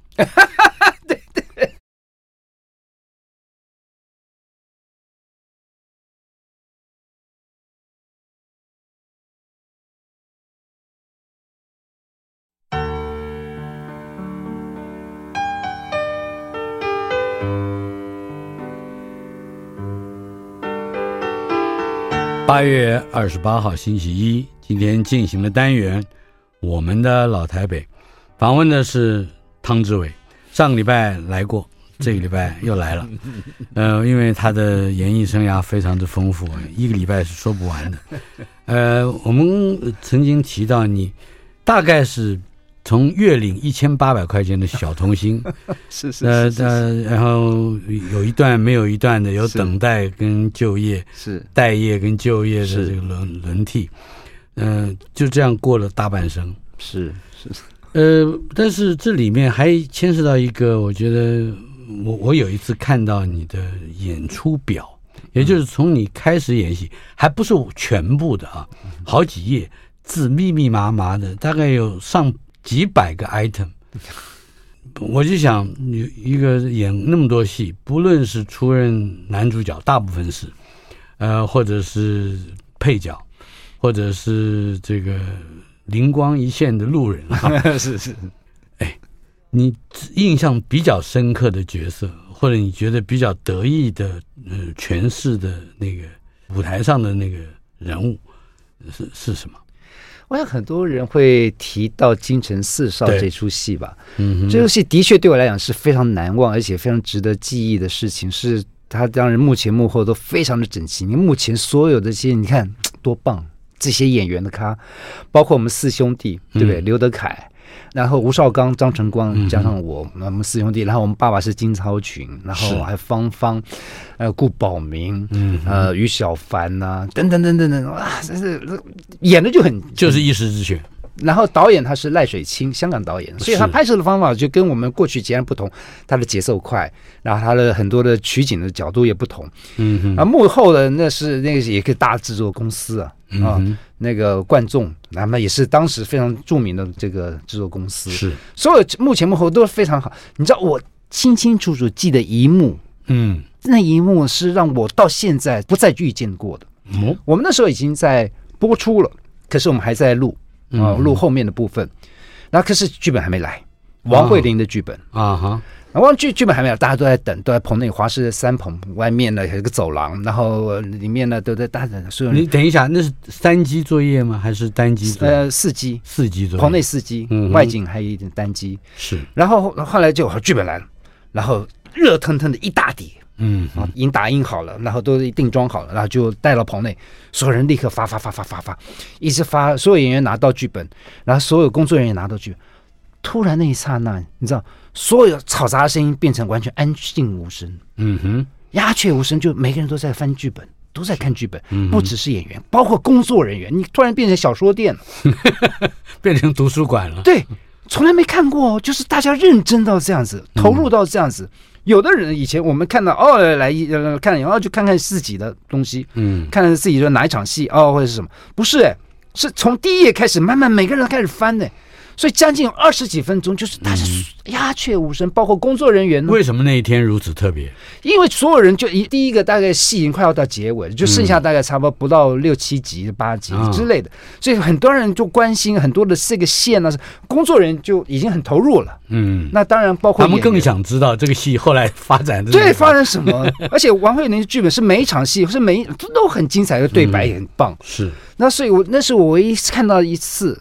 Speaker 3: 八月二十八号星期一，今天进行了单元《我们的老台北》，访问的是汤志伟。上个礼拜来过，这个礼拜又来 了。呃，因为他的演艺生涯非常之丰富，一个礼拜是说不完的。 呃，我们曾经提到你，大概是从月领一千八百块钱的小童星，
Speaker 5: 是是
Speaker 3: 呃呃，然后有一段没有一段的，有
Speaker 5: 是
Speaker 3: 等待跟就业。
Speaker 5: 是
Speaker 3: 待业跟就业的
Speaker 5: 是
Speaker 3: 这个轮轮替，嗯、就这样过了大半生。
Speaker 5: 是是
Speaker 3: 呃，但是这里面还牵涉到一个，我觉得我我有一次看到你的演出表，也就是从你开始演戏，还不是全部的啊，好几页字密密麻麻的，大概有上几百个 item。我就想，你一个演那么多戏，不论是出任男主角，大部分是，呃，或者是配角，或者是这个灵光一现的路人啊，
Speaker 5: 是 是是。
Speaker 3: 你印象比较深刻的角色，或者你觉得比较得意的呃诠释的那个舞台上的那个人物是是什么？
Speaker 5: 我想很多人会提到《京城四少》
Speaker 3: 对
Speaker 5: 这出戏吧，
Speaker 3: 嗯
Speaker 5: 这出戏的确对我来讲是非常难忘，而且非常值得记忆的事情。是它当然幕前幕后都非常的整齐，你目前所有的这些，你看多棒！这些演员的咖，包括我们四兄弟，
Speaker 3: 嗯
Speaker 5: 对不对？刘德凯，然后吴绍刚、张晨光，加上我，我们四兄弟，然后我们爸爸是金超群，然
Speaker 3: 是嗯
Speaker 5: 后还有芳芳，呃，顾宝明，呃，于小凡呐、等等等等等，哇，这是演的就很
Speaker 3: 就是一时之选，
Speaker 5: 然后导演他是赖水清，香港导演，所以他
Speaker 3: 是
Speaker 5: 拍摄的方法就跟我们过去截然不同，他的节奏快，然后他的很多的取景的角度也不同。
Speaker 3: 嗯哼，
Speaker 5: 啊，幕后的那是那个也个大制作公司啊，啊，
Speaker 3: 嗯哼
Speaker 5: 那个冠众，那么也是当时非常著名的这个制作公司，
Speaker 3: 是，
Speaker 5: 所有幕前幕后都非常好。你知道我清清楚楚记得一幕，
Speaker 3: 嗯，
Speaker 5: 那一幕是让我到现在不再遇见过的。
Speaker 3: 哦，
Speaker 5: 我们那时候已经在播出了，可是我们还在录
Speaker 3: 嗯
Speaker 5: 啊、录后面的部分。然后可是剧本还没来，
Speaker 3: 哦
Speaker 5: 王慧玲的剧本，
Speaker 3: 啊哈，
Speaker 5: 然后剧剧本还没来，大家都在等，都在棚内华师的三棚外面呢有一个走廊，然后呃里面呢都在大家所有
Speaker 3: 你
Speaker 5: 人
Speaker 3: 等一下，那是三机作业吗？还是单机作业？
Speaker 5: 呃四机
Speaker 3: 四机作业？
Speaker 5: 棚内四机
Speaker 3: 嗯，哼
Speaker 5: 外景还有一点单机。
Speaker 3: 是，
Speaker 5: 哦然后后后来就剧本来了，然后热腾腾的一大叠，
Speaker 3: 嗯
Speaker 5: 啊，已经打印好了，然后都定妆好了，然后就带到棚内，所有人立刻发发发发发发，一直发，所有演员拿到剧本，然后所有工作人员拿到剧本。突然那一刹那，你知道，所有嘈杂的声音变成完全安静无声，
Speaker 3: 嗯哼，
Speaker 5: 鸦雀无声，就每个人都在翻剧本，都在看剧本，不只是演员，包括工作人员。你突然变成小说店了，
Speaker 3: 嗯 变成图书馆了。
Speaker 5: 对，从来没看过哦，就是大家认真到这样子，投入到这样子。有的人以前我们看到哦，来来呃看，然后就看看自己的东西，
Speaker 3: 嗯
Speaker 5: 看看自己的哪一场戏哦，或者是什么，不是哎，是从第一页开始，慢慢每个人都开始翻的，所以将近有二十几分钟，就是大家鸦雀无声，包括工作人员呢，
Speaker 3: 嗯为什么那一天如此特别？
Speaker 5: 因为所有人就一第一个大概戏已经快要到结尾了，就剩下大概差不多不到六七集、八集
Speaker 3: 嗯啊
Speaker 5: 之类的，所以很多人就关心很多的这个线呢、工作人员就已经很投入了。
Speaker 3: 嗯，
Speaker 5: 那当然包
Speaker 3: 他
Speaker 5: 括
Speaker 3: 们
Speaker 5: 演员
Speaker 3: 更想知道这个戏后来发展的
Speaker 5: 对发生什么，而且王慧玲的剧本是每一场戏是每一都很精彩，的对
Speaker 3: 嗯
Speaker 5: 白也很棒。
Speaker 3: 是
Speaker 5: 那所以我那是我唯一看到一次，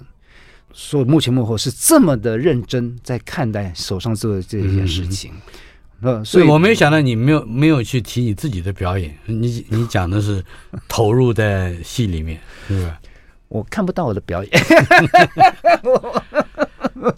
Speaker 5: 所有幕前幕后是这么的认真在看待手上做的这件事情。呃，所
Speaker 3: 所
Speaker 5: 以
Speaker 3: 以我没有想到你没有没有去提你自己的表演，你你讲的 是投入在戏里面，是吧？
Speaker 5: 我看不到我的表演。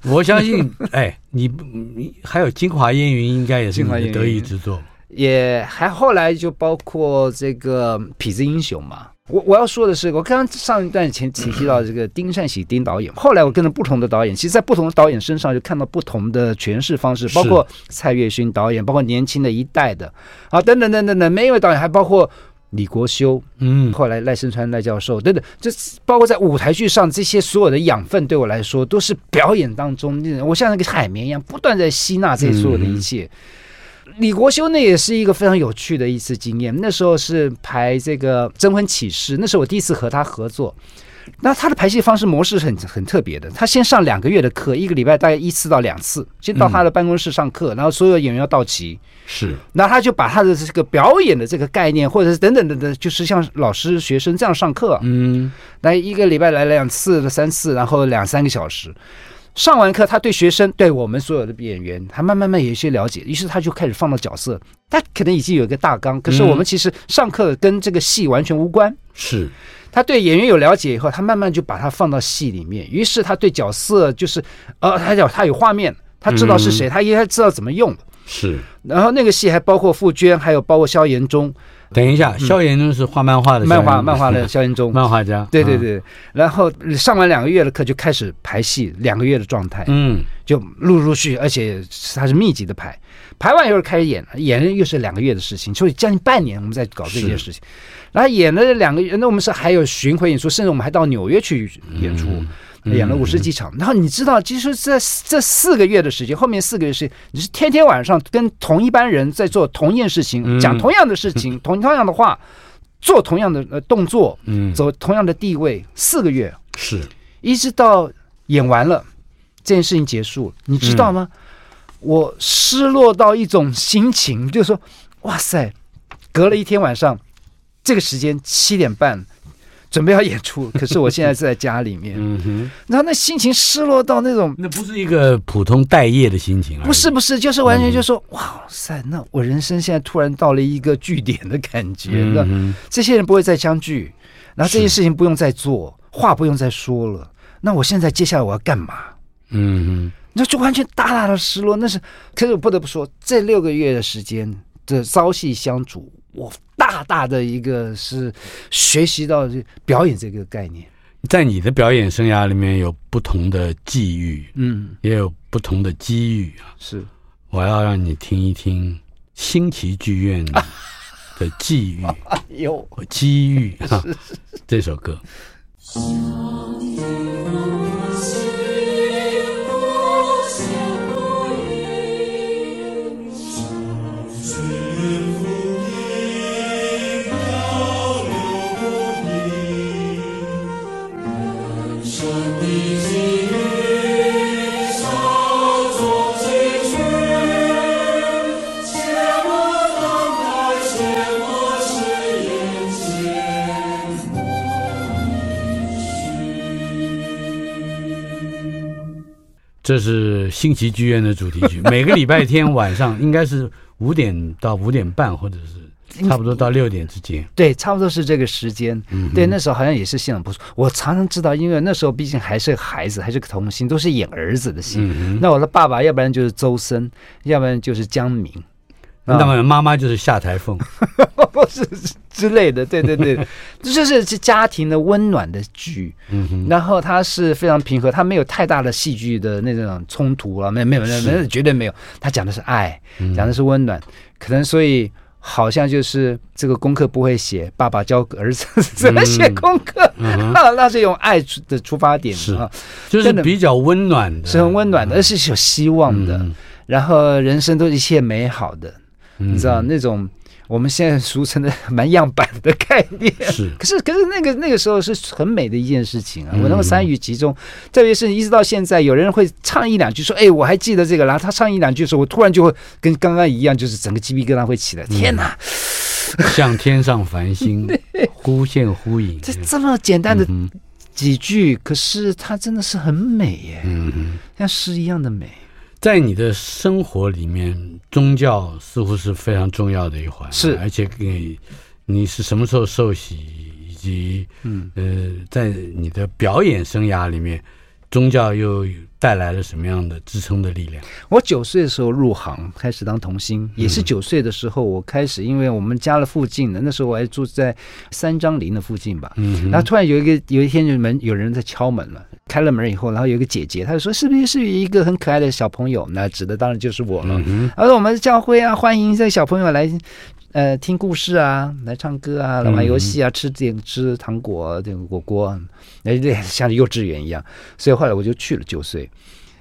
Speaker 3: 我相 信，哎，你你还有《京华烟云》应该也是你
Speaker 5: 京华烟
Speaker 3: 的
Speaker 5: 云
Speaker 3: 得意之作，
Speaker 5: 也还后来就包括这个痞子英雄嘛。我我要说的是，我刚刚上一段前提提到这个丁善喜丁导演，后来我跟着不同的导演，其实，在不同的导演身上就看到不同的诠释方式，
Speaker 3: 是
Speaker 5: 包括蔡岳勋导演，包括年轻的一代的啊，等等等等等，每一位导演，还包括李国修，
Speaker 3: 嗯，
Speaker 5: 后来赖声川、赖教授等等，这包括在舞台剧上这些所有的养分，对我来说都是表演当中，我像那个海绵一样，不断在吸纳这所有
Speaker 3: 嗯
Speaker 5: 的一切。李国修那也是一个非常有趣的一次经验，那时候是排这个《征婚启事》，那是我第一次和他合作。那他的排戏方式模式是很很特别的，他先上两个月的课，一个礼拜大概一次到两次，先到他的办公室上课，然后所有演员要到齐，
Speaker 3: 嗯是
Speaker 5: 那他就把他的这个表演的这个概念，或者是等等等等，就是像老师学生这样上课，
Speaker 3: 嗯，
Speaker 5: 来一个礼拜来两次、三次，然后两三个小时。上完课，他对学生、对我们所有的演员，他慢慢慢有一些了解，于是他就开始放到角色。他可能已经有一个大纲，可是
Speaker 3: 嗯
Speaker 5: 我们其实上课跟这个戏完全无关。
Speaker 3: 是
Speaker 5: 他对演员有了解以后，他慢慢就把它放到戏里面。于是他对角色就是，呃，他有他有画面，他知道是
Speaker 3: 嗯
Speaker 5: 谁，他应该知道怎么用。
Speaker 3: 是。
Speaker 5: 然后那个戏还包括傅娟，还有包括萧炎中，
Speaker 3: 等一下，萧炎呢是画漫画的啊萧
Speaker 5: 嗯漫
Speaker 3: 炎
Speaker 5: 画漫画的萧 炎中。
Speaker 3: 漫画家，
Speaker 5: 对对
Speaker 3: 啊，
Speaker 5: 对，然后上完两个月的课就开始排戏，两个月的状态
Speaker 3: 嗯，
Speaker 5: 就陆陆续，而且它是密集的排，排完以后开始演，演了又是两个月的事情，所以将近半年我们在搞这件事情。然后演了两个月，那我们是还有巡回演出，甚至我们还到纽约去演出，
Speaker 3: 嗯
Speaker 5: 演了五十几场。然后你知道，其实这这四个月的时间，后面四个月是你是天天晚上跟同一班人在做同一件事情，
Speaker 3: 嗯
Speaker 5: 讲同样的事情，同同样的话，做同样的呃动作，
Speaker 3: 嗯
Speaker 5: 走同样的地位，四个月，
Speaker 3: 是
Speaker 5: 一直到演完了，这件事情结束了，你知道吗？我失落到一种心情，就是说，哇塞，隔了一天晚上，这个时间七点半。准备要演出，可是我现在是在家里面，
Speaker 3: 嗯哼，
Speaker 5: 然后那心情失落到那种，
Speaker 3: 那不是一个普通待业的心情而已，
Speaker 5: 不是不是，就是完全就说，哇塞，那我人生现在突然到了一个据点的感觉，那
Speaker 3: 嗯哼，
Speaker 5: 这些人不会再相聚，然后这些事情不用再做，话不用再说了。那我现在接下来我要干嘛？
Speaker 3: 嗯
Speaker 5: 那就完全大大的失落。那是，可是我不得不说，这六个月的时间的朝夕相处，我大大的一个是学习到这表演这个概念。
Speaker 3: 哼，在你的表演生涯里面有不同的际遇，
Speaker 5: 嗯，
Speaker 3: 也有不同的机遇啊。
Speaker 5: 是
Speaker 3: 我要让你听一听新奇剧院的的际 遇，
Speaker 5: 哦有
Speaker 3: 机遇啊，这首歌。这是新奇剧院的主题曲， 每个礼拜天晚上应该是五点到五点半，或者是差不多到六点之间。
Speaker 5: 对，差不多是这个时间。对，那时候好像也是现场播出。我常常知道，因为那时候毕竟还是个孩子，还是个童星，都是演儿子的戏。那我的爸爸，要不然就是周深，要不然就是江明，啊
Speaker 3: 那么妈妈就是夏台 凤，
Speaker 5: 不是之类的。对对对，这就是家庭的温暖的剧。然后它是非常平和，它没有太大的戏剧的那种冲突啊，没有没有没有没有，绝对没有。它讲的是爱，讲的是温暖，可能所以。好像就是这个功课不会写，爸爸教儿子怎么写功课， 那是用爱出的出发点
Speaker 3: 是嗯
Speaker 5: 啊，
Speaker 3: 就是
Speaker 5: 真的
Speaker 3: 比较温暖的，
Speaker 5: 是很温暖的，而且是有希望的，然后人生都一切美好的，你知道那种我们现在俗称的蛮样板的概念。
Speaker 3: 嗯是
Speaker 5: 可是，可是那个那个时候是很美的一件事情啊！我能够参与其中，特别是一直到现在，有人会唱一两句说：“哎，我还记得这个。”然后他唱一两句的时候，我突然就会跟刚刚一样，就是整个鸡皮疙瘩会起来。天哪，
Speaker 3: 像天上繁 星，忽现忽隐。
Speaker 5: 这这么简单的几句，可是它真的是很美耶，像诗一样的美。
Speaker 3: 在你的生活里面，宗教似乎是非常重要的一环，啊
Speaker 5: 是
Speaker 3: 而且给你是什么时候受洗，以及嗯呃，在你的表演生涯里面，宗教又带来了什么样的支撑的力量？
Speaker 5: 我九岁的时候入行，开始当童星，也是九岁的时候，我开始，因为我们家的附近的，那时候我还住在三张林的附近吧。嗯，然后突然有一个有一天就门有人在敲门了，开了门以后，然后有一个姐姐，她就说是不是是一个很可爱的小朋友？那指的当然就是我了。她说我们教会啊，欢迎这小朋友来。呃，听故事啊，来唱歌啊，来玩游戏啊，吃点吃糖果，这个果果，哎，这像幼稚园一样。所以后来我就去了九岁，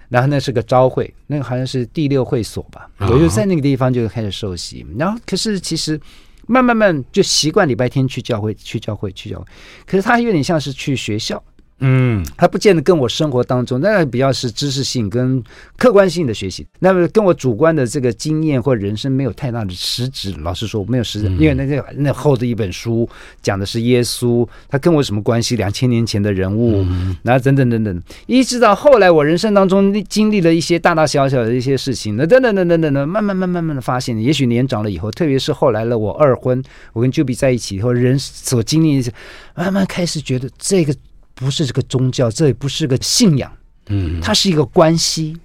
Speaker 5: 然后那是个招会，那个好像是第六会所吧，
Speaker 3: 啊
Speaker 5: 我就在那个地方就开始受洗。然后可是其实慢慢慢就习惯礼拜天去教会，去教会，去教会。可是它有点像是去学校，
Speaker 3: 嗯，
Speaker 5: 它不见得跟我生活当中那比较是知识性跟客观性的学习，那么跟我主观的这个经验或人生没有太大的实质。老实说，我没有实质，因为那个那厚的一本书讲的是耶稣，他跟我有什么关系？两千年前的人物，然后等等等等，一直到后来我人生当中经历了一些大大小小的一些事情，那等等等等等等，慢慢慢慢慢的发现，也许年长了以后，特别是后来了我二婚，我跟 Juby 在一起以后，人所经历的一些，慢慢开始觉得这个。不是这个宗教，这也不是个信仰，嗯，它是一个关系，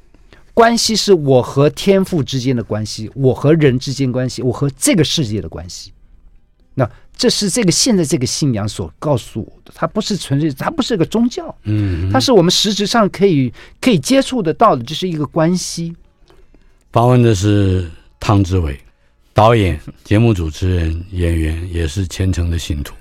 Speaker 5: 关系是我和天赋之间的关系，我和人之间关系，我和这个世界的关系。那这是这个现在这个信仰所告诉我的，它不是纯粹，它不是个宗教，嗯，它是我们实质上可以可以接触得到的，就是一个关系。
Speaker 3: 访问的是汤志伟，导演、节目主持人、演员，也是虔诚的信徒。